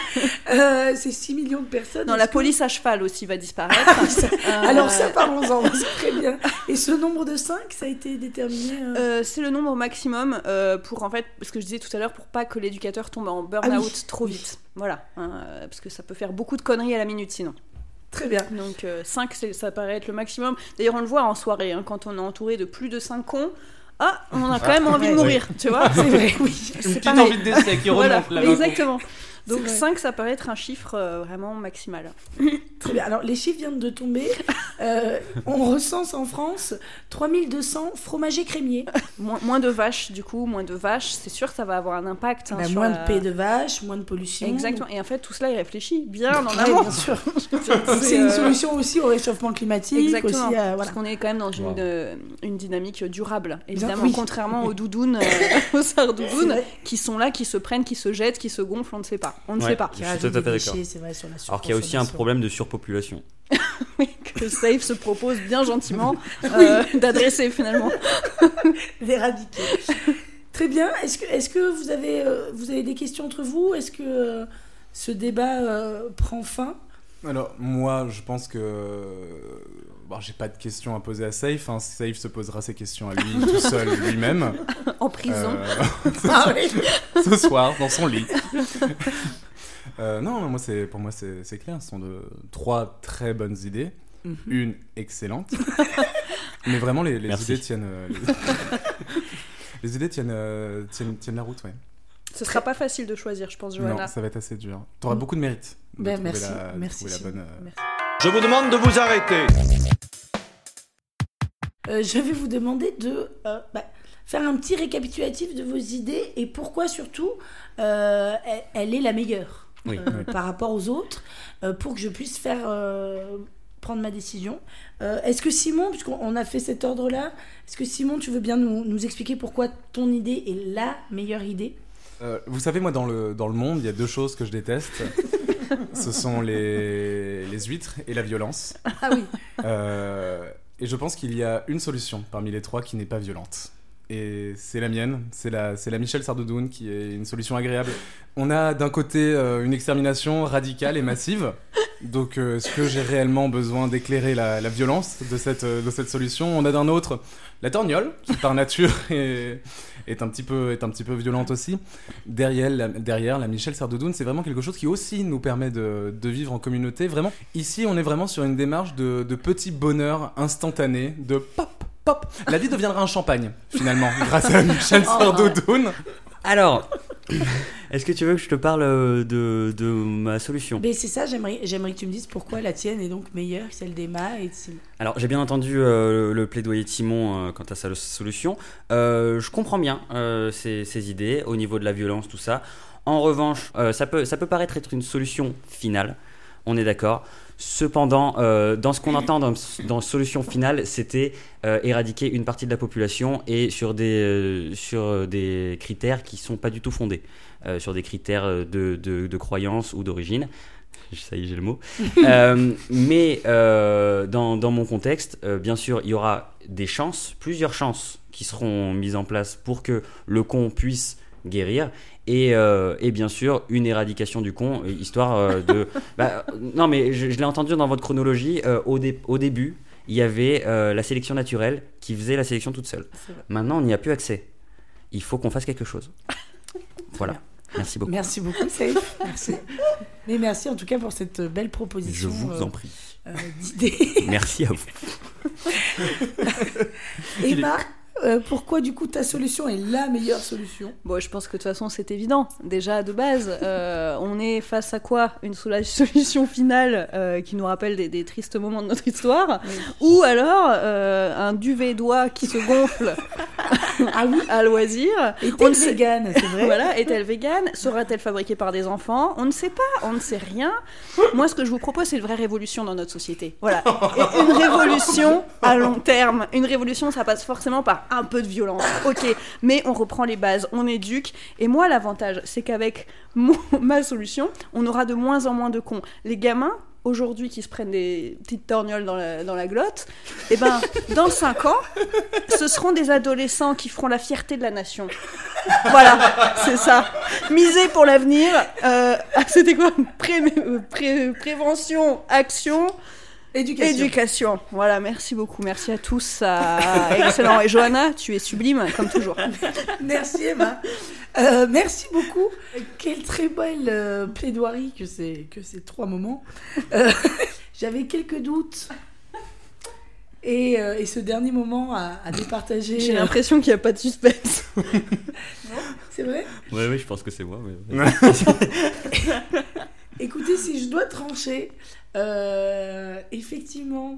[SPEAKER 4] euh, c'est 6 millions de personnes.
[SPEAKER 7] Non, la
[SPEAKER 4] Est-ce que-
[SPEAKER 7] police à cheval aussi
[SPEAKER 4] <laughs>
[SPEAKER 7] va disparaître. Euh,
[SPEAKER 4] Alors ça, parlons-en, <laughs> c'est très bien. Et ce nombre de 5, ça a été déterminé euh,
[SPEAKER 7] euh, c'est le nombre maximum euh, pour en fait, ce que je disais tout à l'heure, pour pas que l'éducateur tombe en burn-out
[SPEAKER 4] Ah oui,
[SPEAKER 7] trop
[SPEAKER 4] oui.
[SPEAKER 7] vite. Voilà, hein, euh, parce que ça peut faire beaucoup de conneries à la minute sinon.
[SPEAKER 4] Très bien.
[SPEAKER 7] Donc 5, ça paraît être le maximum. D'ailleurs, on le voit en soirée, hein, quand on est entouré de plus de 5 cons. Ah, on a quand même envie de
[SPEAKER 4] Ouais.
[SPEAKER 7] mourir, tu vois.
[SPEAKER 4] C'est
[SPEAKER 7] <laughs>
[SPEAKER 4] vrai, oui.
[SPEAKER 7] C'est
[SPEAKER 6] Petite
[SPEAKER 7] pareil.
[SPEAKER 6] envie de décès qui
[SPEAKER 7] Voilà,
[SPEAKER 6] remonte là-bas.
[SPEAKER 7] exactement. Donc
[SPEAKER 4] vrai.
[SPEAKER 7] 5, ça paraît être un chiffre euh, vraiment maximal.
[SPEAKER 4] Très bien. Alors les chiffres viennent de tomber. Euh, on recense en France 3200 fromagers crémiers.
[SPEAKER 7] Moins, moins de vaches, du coup, moins de vaches, c'est sûr que ça va avoir un impact. hein,
[SPEAKER 4] Bah,
[SPEAKER 7] sur
[SPEAKER 4] moins
[SPEAKER 7] la-
[SPEAKER 4] de paix de vache, moins de pollution.
[SPEAKER 7] Exactement. Et en fait, tout cela est réfléchi bien en
[SPEAKER 4] Ouais,
[SPEAKER 7] amont.
[SPEAKER 4] bien sûr.
[SPEAKER 7] C'est,
[SPEAKER 4] Bah, <laughs> C'est une
[SPEAKER 7] euh,
[SPEAKER 4] solution aussi au réchauffement climatique.
[SPEAKER 7] Exactement.
[SPEAKER 4] Aussi, à-
[SPEAKER 7] Parce
[SPEAKER 4] voilà.
[SPEAKER 7] qu'on est quand même dans une,
[SPEAKER 5] Wow.
[SPEAKER 7] euh, une dynamique durable, évidemment,
[SPEAKER 4] oui. <laughs>
[SPEAKER 7] contrairement aux doudounes, euh, <laughs> aux
[SPEAKER 4] C'est
[SPEAKER 7] sardounes,
[SPEAKER 4] vrai.
[SPEAKER 7] qui sont là, qui se prennent, qui se jettent, qui se gonflent, on ne sait pas. On ne
[SPEAKER 5] Ouais.
[SPEAKER 7] sait <laughs> pas.
[SPEAKER 5] Je suis tout à fait
[SPEAKER 4] Des
[SPEAKER 5] d'accord.
[SPEAKER 4] déchets, c'est vrai, sur la
[SPEAKER 5] Alors qu'il y a aussi un
[SPEAKER 4] surconsommation.
[SPEAKER 5] problème de surpopulation.
[SPEAKER 7] que Safe se propose bien <laughs> gentiment euh, d'adresser finalement.
[SPEAKER 4] <laughs> D'éradiquer. Très bien. Est-ce que, est-ce que vous, avez, euh, vous avez des questions entre vous Est-ce que euh, ce débat euh, prend fin
[SPEAKER 6] Alors, moi, je pense que. Bon, j'ai pas de questions à poser à Safe. hein. Safe se posera ses questions à lui tout seul, lui-même.
[SPEAKER 7] En prison.
[SPEAKER 4] <laughs>
[SPEAKER 6] Euh,
[SPEAKER 4] Ah oui.
[SPEAKER 6] ce soir dans
[SPEAKER 4] <laughs>
[SPEAKER 6] son lit. Euh, non, moi c'est pour moi c'est c'est clair. Ce sont de trois très bonnes idées,
[SPEAKER 4] Mhm.
[SPEAKER 6] une excellente. <laughs> Mais vraiment les, les
[SPEAKER 5] Merci.
[SPEAKER 6] idées tiennent. euh, les... les <laughs> idées tiennent, euh, tiennent tiennent la route, ouais.
[SPEAKER 7] Ce sera pas facile de choisir, je pense,
[SPEAKER 6] Non,
[SPEAKER 7] Johanna.
[SPEAKER 6] ça va être assez dur. T'auras beaucoup de mérite. de
[SPEAKER 4] Mm. Ben,
[SPEAKER 6] trouver
[SPEAKER 4] merci.
[SPEAKER 6] la- de
[SPEAKER 4] merci,
[SPEAKER 6] trouver la
[SPEAKER 4] Simon.
[SPEAKER 6] bonne, euh,
[SPEAKER 4] Merci.
[SPEAKER 8] Je vous demande de vous arrêter.
[SPEAKER 4] Euh, je vais vous demander de euh, bah, faire un petit récapitulatif de vos idées et pourquoi surtout euh, elle, elle est la meilleure
[SPEAKER 5] Oui.
[SPEAKER 4] euh,
[SPEAKER 6] Oui.
[SPEAKER 4] par rapport aux autres euh, pour que je puisse faire euh, prendre ma décision. Euh, est-ce que Simon, puisqu'on on a fait cet ordre-là, est-ce que Simon, tu veux bien nous, nous expliquer pourquoi ton idée est la meilleure idée
[SPEAKER 6] Euh, vous savez, moi, dans le, dans le monde, il y a deux choses que je
[SPEAKER 4] <laughs>
[SPEAKER 6] déteste. Ce sont les, les huîtres et la violence.
[SPEAKER 4] Ah oui.
[SPEAKER 6] Euh, et je pense qu'il y a une solution parmi les trois qui n'est pas violente. Et c'est la mienne, c'est la, c'est la Michel Sardoudoun qui est une solution agréable. On a d'un côté euh, une extermination radicale et massive. Donc euh, est-ce que j'ai réellement besoin d'éclairer la, la violence de cette, euh, de cette solution On a d'un autre la torgnole, qui par nature <laughs> est, est, un petit peu, est un petit peu violente aussi. Derrière la, derrière la Michel Sardodoun, c'est vraiment quelque chose qui aussi nous permet de, de vivre en communauté. Vraiment, ici, on est vraiment sur une démarche de, de petit bonheur instantané, de pop, pop, pop. La vie deviendra un champagne, finalement, grâce à Michel Sardodoun.
[SPEAKER 5] Alors, <laughs> est-ce que tu veux que je te parle euh, de, de ma solution
[SPEAKER 4] Mais Ben, c'est ça, j'aimerais j'aimerais que tu me dises pourquoi la tienne est donc meilleure que celle d'Emma et de Simon.
[SPEAKER 5] Alors, j'ai bien entendu euh, le plaidoyer de Simon euh, quant à sa solution. Euh, je comprends bien euh, ses, ses idées au niveau de la violence, tout ça. En revanche, euh, ça, peut, ça peut paraître être une solution finale, on est d'accord. Cependant, euh, dans ce qu'on entend dans, dans solution finale, c'était euh, éradiquer une partie de la population et sur des, euh, sur des critères qui sont pas du tout fondés, Euh, sur des critères de, de, de croyance ou d'origine. <laughs> Ça y est, j'ai le mot. Euh, mais euh, dans, dans mon contexte, euh, bien sûr, il y aura des chances, plusieurs chances qui seront mises en place pour que le con puisse guérir. Et, euh, et bien sûr, une éradication du con, euh, histoire euh, de... Bah, euh, non, mais je, je l'ai entendu dans votre chronologie, euh, au, dé- au début, il y avait euh, la sélection naturelle qui faisait la sélection toute seule.
[SPEAKER 4] C'est vrai.
[SPEAKER 5] Maintenant, on n'y a plus accès. Il faut qu'on fasse quelque chose. voilà. Merci beaucoup.
[SPEAKER 4] Merci beaucoup, Saïf. Merci. Mais merci en tout cas pour cette belle
[SPEAKER 5] Je
[SPEAKER 4] proposition
[SPEAKER 5] vous
[SPEAKER 4] euh,
[SPEAKER 5] en prie.
[SPEAKER 4] euh, d'idées.
[SPEAKER 5] Merci à vous.
[SPEAKER 4] Emma, euh, pourquoi du coup ta solution est la meilleure solution
[SPEAKER 7] Bon, je pense que de toute façon, c'est évident. Déjà, de base, euh, on est face à quoi Une sola- <laughs> solution finale euh, qui nous rappelle des, des tristes moments de notre histoire Ou alors euh, un duvet d'oie qui se gonfle
[SPEAKER 4] Ah oui
[SPEAKER 7] à loisir
[SPEAKER 4] Est-elle
[SPEAKER 7] On ne sait-
[SPEAKER 4] vegan, c'est vrai
[SPEAKER 7] Voilà, est-elle végane Sera-t-elle fabriquée par des enfants On ne sait pas, on ne sait rien. Moi, ce que je vous propose, c'est une vraie révolution dans notre société. Voilà. Et une révolution à long terme. Une révolution, ça passe forcément par un peu de violence. Ok, mais on reprend les bases, on éduque. Et moi, l'avantage, c'est qu'avec mon- ma solution, on aura de moins en moins de cons. Les gamins, aujourd'hui, qui se prennent des petites torgnoles dans la, dans la glotte, eh ben, dans 5 ans, ce seront des adolescents qui feront la fierté de la nation. Voilà, c'est ça. Miser pour l'avenir. euh, <laughs> ah, C'était quoi Pré- euh, pré- Prévention, action,
[SPEAKER 4] Éducation.
[SPEAKER 7] <laughs> éducation. Voilà, merci beaucoup. Merci à tous. ça- Excellent. Et Johanna, tu es sublime, comme toujours.
[SPEAKER 4] <laughs> Merci Emma. Euh, merci beaucoup. Quelle très belle euh, plaidoirie que ces, que ces trois moments. Euh, <laughs> J'avais quelques doutes. Et, euh, et ce dernier moment à, à départager. euh,
[SPEAKER 7] J'ai l'impression qu'il n'y a pas de suspense.
[SPEAKER 4] C'est vrai
[SPEAKER 5] Oui, oui, je pense que c'est moi. <laughs>
[SPEAKER 4] Écoutez, si je dois trancher, euh, effectivement,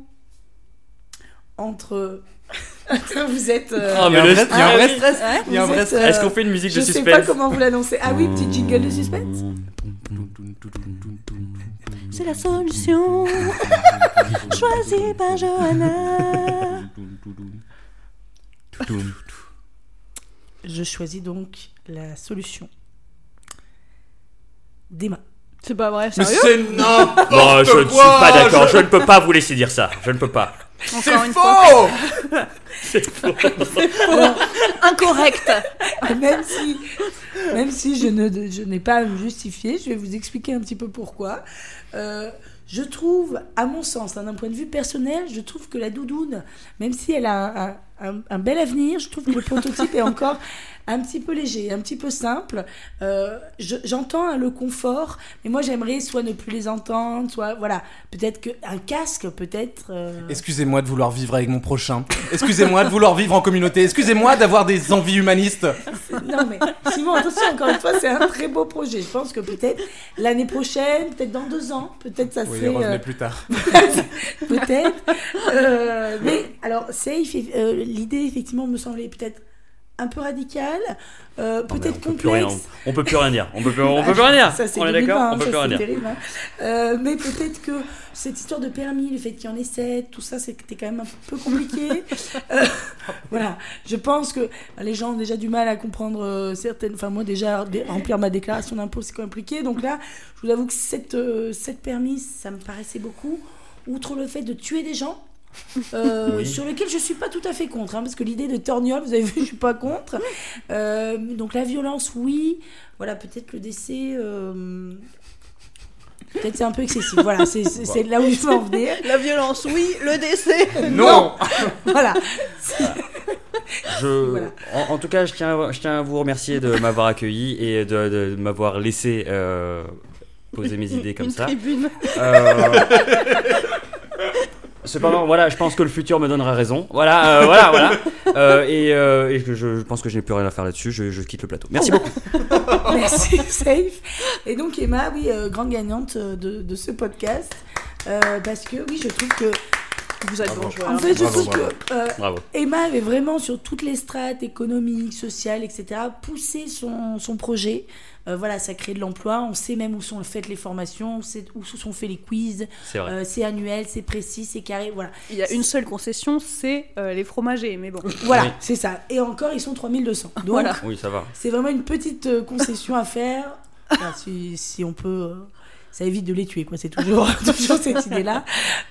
[SPEAKER 4] entre. <laughs> Attends, vous êtes. euh,
[SPEAKER 5] Ah,
[SPEAKER 6] Il y a un
[SPEAKER 5] mais le-
[SPEAKER 6] vrai- il y a un vrai
[SPEAKER 5] ah,
[SPEAKER 6] stress.
[SPEAKER 4] ouais,
[SPEAKER 6] il y a un
[SPEAKER 4] vous
[SPEAKER 6] vrai
[SPEAKER 4] êtes,
[SPEAKER 6] stress.
[SPEAKER 4] euh,
[SPEAKER 5] Est-ce qu'on fait une musique
[SPEAKER 4] Je
[SPEAKER 5] de
[SPEAKER 4] sais
[SPEAKER 5] suspense
[SPEAKER 4] pas comment vous l'annoncez. Ah oui, petit jingle de suspense.
[SPEAKER 7] C'est la solution choisie par Johanna.
[SPEAKER 4] Je choisis donc la solution. D'Emma.
[SPEAKER 7] C'est pas vrai,
[SPEAKER 6] Mais
[SPEAKER 7] sérieux
[SPEAKER 6] c'est non
[SPEAKER 5] Non, je ne suis
[SPEAKER 6] quoi,
[SPEAKER 5] pas d'accord. Je ne peux pas vous laisser dire ça. Je ne peux pas.
[SPEAKER 6] C'est
[SPEAKER 7] Encore une fois.
[SPEAKER 6] faux
[SPEAKER 7] Incorrect.
[SPEAKER 4] <laughs> même si, même si je, ne, je n'ai pas à me justifier, je vais vous expliquer un petit peu pourquoi. Euh, je trouve, à mon sens, hein, d'un point de vue personnel, je trouve que la doudoune, même si elle a un, un- un bel avenir, je trouve que le prototype est encore un petit peu léger, un petit peu simple. Euh, je- j'entends hein, le confort, mais moi j'aimerais soit ne plus les entendre, soit voilà, peut-être que un casque, peut-être. euh,
[SPEAKER 6] Excusez-moi de vouloir vivre avec mon prochain. Excusez-moi de vouloir vivre en communauté. Excusez-moi d'avoir des envies humanistes.
[SPEAKER 4] Non, mais Simon, attention, encore une fois, c'est un très beau projet. Je pense que peut-être l'année prochaine, peut-être dans deux ans, peut-être ça
[SPEAKER 6] Oui,
[SPEAKER 4] serait.
[SPEAKER 6] revenez
[SPEAKER 4] euh,
[SPEAKER 6] plus tard.
[SPEAKER 4] peut-être. Euh, mais alors, safe, euh, l'idée, effectivement, me semblait peut-être un peu radicale, euh, peut-être
[SPEAKER 5] on peut plus rien.
[SPEAKER 4] complexe. Ah,
[SPEAKER 5] On peut plus rien dire. On peut plus, on peut plus rien dire.
[SPEAKER 4] Ça, c'est
[SPEAKER 5] on est
[SPEAKER 4] 2020,
[SPEAKER 5] d'accord.
[SPEAKER 4] hein,
[SPEAKER 5] On
[SPEAKER 4] ça,
[SPEAKER 5] peut plus rien
[SPEAKER 4] c'est
[SPEAKER 5] dire.
[SPEAKER 4] terrible, hein. Euh, mais peut-être que cette histoire de permis, le fait qu'il y en ait sept, tout ça, c'était quand même un peu
[SPEAKER 5] <laughs>
[SPEAKER 4] compliqué. Euh, voilà. Je pense que bah, les gens ont déjà du mal à comprendre euh, certaines. Enfin, moi, déjà, dé- remplir ma déclaration d'impôt, c'est compliqué. Donc là, je vous avoue que sept, euh, sept permis, ça me paraissait beaucoup. Outre le fait de tuer des gens. euh,
[SPEAKER 5] <laughs> Oui.
[SPEAKER 4] Sur lequel je suis pas tout à fait contre, hein, parce que l'idée de torgnole, vous avez vu, je suis pas contre. Euh, donc la violence, oui. Voilà, peut-être le décès. euh, Peut-être c'est un peu excessif. Voilà, c'est c'est-
[SPEAKER 6] Bah.
[SPEAKER 4] c'est là où je veux en venir.
[SPEAKER 7] <laughs> La violence, oui. Le décès.
[SPEAKER 6] Non
[SPEAKER 4] Voilà.
[SPEAKER 5] Je-
[SPEAKER 4] Voilà.
[SPEAKER 5] en, en tout cas, je tiens, à- je tiens à vous remercier de m'avoir accueilli et de, de m'avoir laissé
[SPEAKER 4] <laughs>
[SPEAKER 5] euh, poser mes idées comme
[SPEAKER 7] Une
[SPEAKER 5] ça.
[SPEAKER 7] tribune.
[SPEAKER 5] Euh, Cependant, voilà, je pense que le futur me donnera raison. Voilà, euh, voilà, voilà. Euh, et euh, et je, je pense que je n'ai plus rien à faire là-dessus. Je, je quitte le plateau. Merci beaucoup.
[SPEAKER 6] Oh.
[SPEAKER 4] Merci, Safe. Et donc, Emma, oui, euh, grande gagnante euh, de, de ce podcast. Euh, parce que, oui, je trouve que.
[SPEAKER 7] Vous êtes bon joueur.
[SPEAKER 4] En fait, je
[SPEAKER 6] Bravo,
[SPEAKER 4] trouve
[SPEAKER 6] bravo.
[SPEAKER 4] que. euh,
[SPEAKER 5] Bravo.
[SPEAKER 4] Emma avait vraiment, sur toutes les strates économiques, sociales, etc., poussé son, son projet. Euh, voilà, ça crée de l'emploi. On sait même où sont faites les formations, on sait où sont faits les quiz.
[SPEAKER 5] C'est vrai.
[SPEAKER 4] Euh, c'est annuel, c'est précis, c'est carré. Voilà,
[SPEAKER 7] Il y a une seule concession, c'est euh, les fromagers, mais bon.
[SPEAKER 4] voilà
[SPEAKER 5] Oui.
[SPEAKER 4] c'est ça. Et encore, ils sont 3200. Donc,
[SPEAKER 7] Voilà.
[SPEAKER 5] Oui, ça va.
[SPEAKER 4] c'est vraiment une petite euh, concession à faire. Enfin, si, si on peut. euh, ça évite de les tuer, quoi. C'est toujours, <laughs> toujours cette idée-là.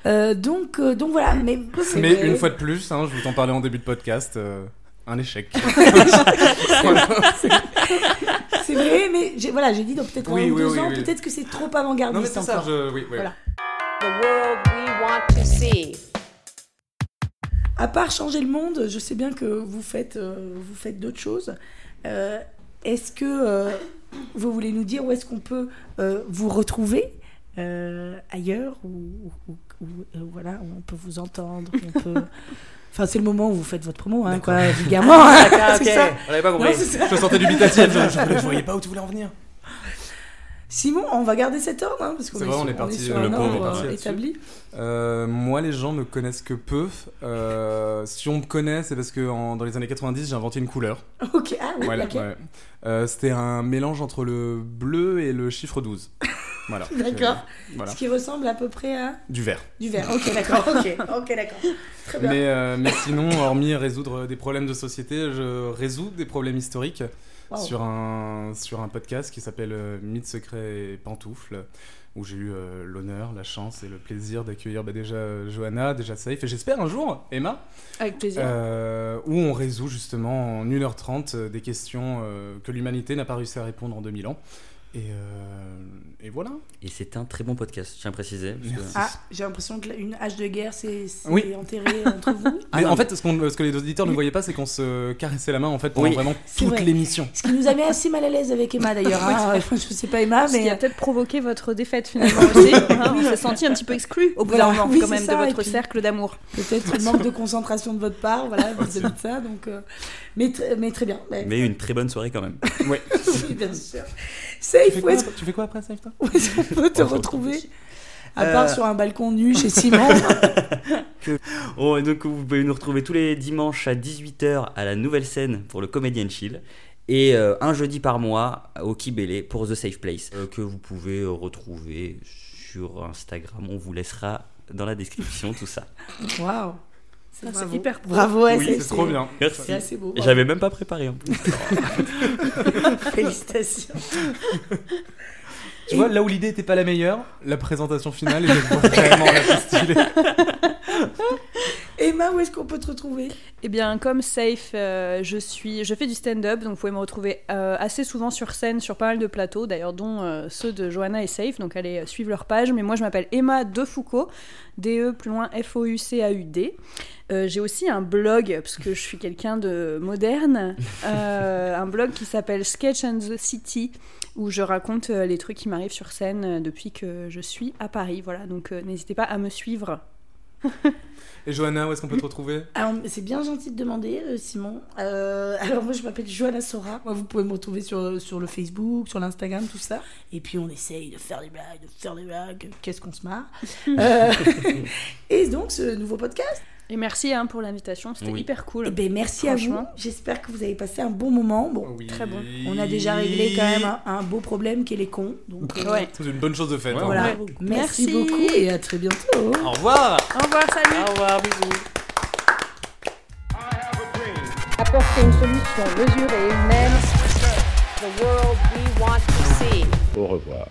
[SPEAKER 4] Euh, donc, euh, donc voilà. Mais, c'est
[SPEAKER 6] Mais
[SPEAKER 4] vrai.
[SPEAKER 6] une fois de plus, hein, je vous en parlais en début de podcast, euh, un échec.
[SPEAKER 4] C'est vrai, mais j'ai- voilà, j'ai dit dans peut-être
[SPEAKER 6] Oui,
[SPEAKER 4] un ou
[SPEAKER 6] oui,
[SPEAKER 4] deux
[SPEAKER 6] oui,
[SPEAKER 4] ans,
[SPEAKER 6] oui.
[SPEAKER 4] peut-être que c'est trop
[SPEAKER 6] <laughs> non mais
[SPEAKER 4] avant-gardiste
[SPEAKER 6] c'est ça,
[SPEAKER 4] encore.
[SPEAKER 6] je... oui, oui.
[SPEAKER 4] Voilà.
[SPEAKER 2] The world we want to see.
[SPEAKER 4] À part changer le monde, je sais bien que vous faites, euh, vous faites d'autres choses. Euh, est-ce que euh, vous voulez nous dire où est-ce qu'on peut euh, vous retrouver euh, ailleurs ou, ou- ou- ou, euh, voilà, où on peut vous entendre, où on
[SPEAKER 6] <laughs>
[SPEAKER 4] peut. Enfin, c'est le moment où vous faites votre promo, hein, quoi, vulgairement. hein,
[SPEAKER 6] <laughs>
[SPEAKER 4] <laughs> c'est ça.
[SPEAKER 5] On n'avait pas
[SPEAKER 4] Non,
[SPEAKER 5] compris.
[SPEAKER 4] c'est ça.
[SPEAKER 6] Je sentais dubitatif, je,
[SPEAKER 4] <laughs>
[SPEAKER 6] hein, je, voulais- je voyais pas où tu voulais en venir.
[SPEAKER 4] Simon, on va garder cet ordre, hein, parce qu'on
[SPEAKER 6] C'est
[SPEAKER 4] est,
[SPEAKER 6] vrai,
[SPEAKER 4] sur-
[SPEAKER 6] on est parti,
[SPEAKER 4] sur
[SPEAKER 6] euh,
[SPEAKER 4] un
[SPEAKER 6] le pauvre est
[SPEAKER 4] ordre,
[SPEAKER 6] parti
[SPEAKER 4] euh,
[SPEAKER 6] là-dessus.
[SPEAKER 4] établi.
[SPEAKER 6] Euh, moi, les gens me connaissent que peu. Euh, si on me connaît, c'est parce que en- dans les années 90, j'ai inventé une couleur.
[SPEAKER 4] Ok, ah oui,
[SPEAKER 6] Voilà,
[SPEAKER 4] laquelle
[SPEAKER 6] ouais. Euh, C'était un mélange entre le bleu et le chiffre 12. <laughs> Voilà.
[SPEAKER 4] D'accord.
[SPEAKER 6] Voilà.
[SPEAKER 4] Ce qui ressemble à peu près à
[SPEAKER 6] Du vert.
[SPEAKER 4] du verre. Ok, d'accord. Ok, ok, d'accord. Très bien.
[SPEAKER 6] Mais, euh, mais sinon, hormis résoudre des problèmes de société, je résous des problèmes historiques
[SPEAKER 4] Wow.
[SPEAKER 6] sur, un, sur un podcast qui s'appelle euh, Mythes, secrets et pantoufles, où j'ai eu euh, l'honneur, la chance et le plaisir d'accueillir bah, déjà euh, Johanna, déjà Safe, et j'espère un jour Emma,
[SPEAKER 7] Avec plaisir.
[SPEAKER 6] euh, où on résout justement en 1h30 euh, des questions euh, que l'humanité n'a pas réussi à répondre en 2000 ans. Et, euh, et voilà.
[SPEAKER 5] Et c'est un très bon podcast, je tiens à préciser. parce que-
[SPEAKER 4] Ah, j'ai l'impression que la- une hache de guerre s'est s'est
[SPEAKER 6] Oui. Ah,
[SPEAKER 4] enterrée entre vous.
[SPEAKER 6] <laughs> Mais en fait, ce, qu'on- ce que les auditeurs ne voyaient pas, c'est qu'on se caressait la main en fait pendant
[SPEAKER 5] Oui.
[SPEAKER 6] vraiment
[SPEAKER 4] C'est
[SPEAKER 6] toute
[SPEAKER 4] vrai.
[SPEAKER 6] l'émission.
[SPEAKER 4] Ce qui nous a mis assez mal à l'aise avec Emma
[SPEAKER 6] <laughs>
[SPEAKER 4] d'ailleurs. hein. Je sais pas Emma,
[SPEAKER 7] Ce qui a
[SPEAKER 4] mais euh,
[SPEAKER 7] peut-être provoqué
[SPEAKER 4] <laughs>
[SPEAKER 7] votre défaite finalement aussi. hein, on s'est senti un petit peu exclu au bout
[SPEAKER 4] Voilà.
[SPEAKER 7] d'un moment
[SPEAKER 4] Oui,
[SPEAKER 7] quand
[SPEAKER 4] c'est
[SPEAKER 7] même
[SPEAKER 4] ça,
[SPEAKER 7] de
[SPEAKER 4] et
[SPEAKER 7] votre
[SPEAKER 4] puis-
[SPEAKER 7] cercle d'amour.
[SPEAKER 4] peut-être
[SPEAKER 6] <laughs>
[SPEAKER 4] un manque de concentration de votre part, voilà, vis-à-vis
[SPEAKER 6] Ah,
[SPEAKER 4] de ça. Donc, euh, mais, tr- mais très bien. Mais,
[SPEAKER 5] Mais une très bonne soirée quand même.
[SPEAKER 4] <laughs> oui, bien sûr. Safe, où est-ce
[SPEAKER 6] tu fais quoi après, Safe, toi
[SPEAKER 4] où est-ce qu'on peut te
[SPEAKER 5] On se retrouve
[SPEAKER 4] retrouver
[SPEAKER 5] ici.
[SPEAKER 4] À part
[SPEAKER 5] Euh,
[SPEAKER 4] sur un balcon nu chez
[SPEAKER 6] <laughs>
[SPEAKER 4] Simon.
[SPEAKER 5] Oh, et donc vous pouvez nous retrouver tous les dimanches à 18h à la nouvelle scène pour le Comedian Chill. Et euh, un jeudi par mois au Kibélé pour The Safe Place. euh, que vous pouvez euh, retrouver sur Instagram. On vous laissera dans la description tout ça.
[SPEAKER 4] Waouh.
[SPEAKER 7] Ça, c'est
[SPEAKER 4] bravo.
[SPEAKER 7] hyper pro.
[SPEAKER 4] Bravo, ouais,
[SPEAKER 6] Oui, c'est trop bien.
[SPEAKER 4] C'est
[SPEAKER 5] Merci.
[SPEAKER 4] assez beau.
[SPEAKER 5] J'avais même pas préparé hein. en plus.
[SPEAKER 4] Félicitations.
[SPEAKER 6] Tu vois, là où l'idée n'était pas la meilleure, la présentation finale était
[SPEAKER 4] <laughs>
[SPEAKER 6] vraiment la plus stylée.
[SPEAKER 4] Emma, où est-ce qu'on peut te retrouver
[SPEAKER 7] Eh bien, comme Safe, euh, je suis, je fais du stand-up, donc vous pouvez me retrouver euh, assez souvent sur scène, sur pas mal de plateaux, d'ailleurs, dont euh, ceux de Johanna et Safe. Donc allez euh, suivre leur page. Mais moi, je m'appelle Emma De Foucault, D-E plus loin F-O-U-C-A-U-D. Euh, J'ai aussi un blog parce que je suis quelqu'un de
[SPEAKER 4] <laughs>
[SPEAKER 7] moderne, euh, un blog qui s'appelle Sketch and the City où je raconte euh, les trucs qui m'arrivent sur scène euh, depuis que je suis à Paris. Voilà, donc euh, n'hésitez pas à me suivre.
[SPEAKER 6] Et Johanna, où est-ce qu'on peut te retrouver
[SPEAKER 4] Alors, c'est bien gentil de demander, euh, Simon. Euh, <laughs> alors, moi, je m'appelle Johanna Sora. Moi, vous pouvez me retrouver sur, euh, sur le Facebook, sur l'Instagram, tout ça. Et puis, on essaye de faire des blagues, de faire des blagues. Qu'est-ce qu'on se
[SPEAKER 7] <laughs>
[SPEAKER 4] marre. Euh, <laughs> et donc, ce nouveau podcast.
[SPEAKER 7] Et merci hein, pour l'invitation, c'était
[SPEAKER 5] Oui.
[SPEAKER 7] hyper cool.
[SPEAKER 4] Eh ben, merci à vous.
[SPEAKER 7] Franchement.
[SPEAKER 4] J'espère que vous avez passé un bon moment. Bon,
[SPEAKER 7] Très bon.
[SPEAKER 4] on a déjà réglé quand même hein. un, un beau problème qui est les cons. Donc, euh,
[SPEAKER 7] Ouais.
[SPEAKER 6] C'est une bonne chose de fait.
[SPEAKER 5] Ouais,
[SPEAKER 6] hein.
[SPEAKER 4] voilà.
[SPEAKER 7] Ouais.
[SPEAKER 4] Merci,
[SPEAKER 7] Merci.
[SPEAKER 4] beaucoup et à très bientôt.
[SPEAKER 5] Au revoir
[SPEAKER 7] Au revoir, salut
[SPEAKER 5] Au revoir, bisous
[SPEAKER 3] I have a dream.
[SPEAKER 1] Apporter une solution mesurée et humaine
[SPEAKER 2] The world we want to see.
[SPEAKER 9] Au revoir.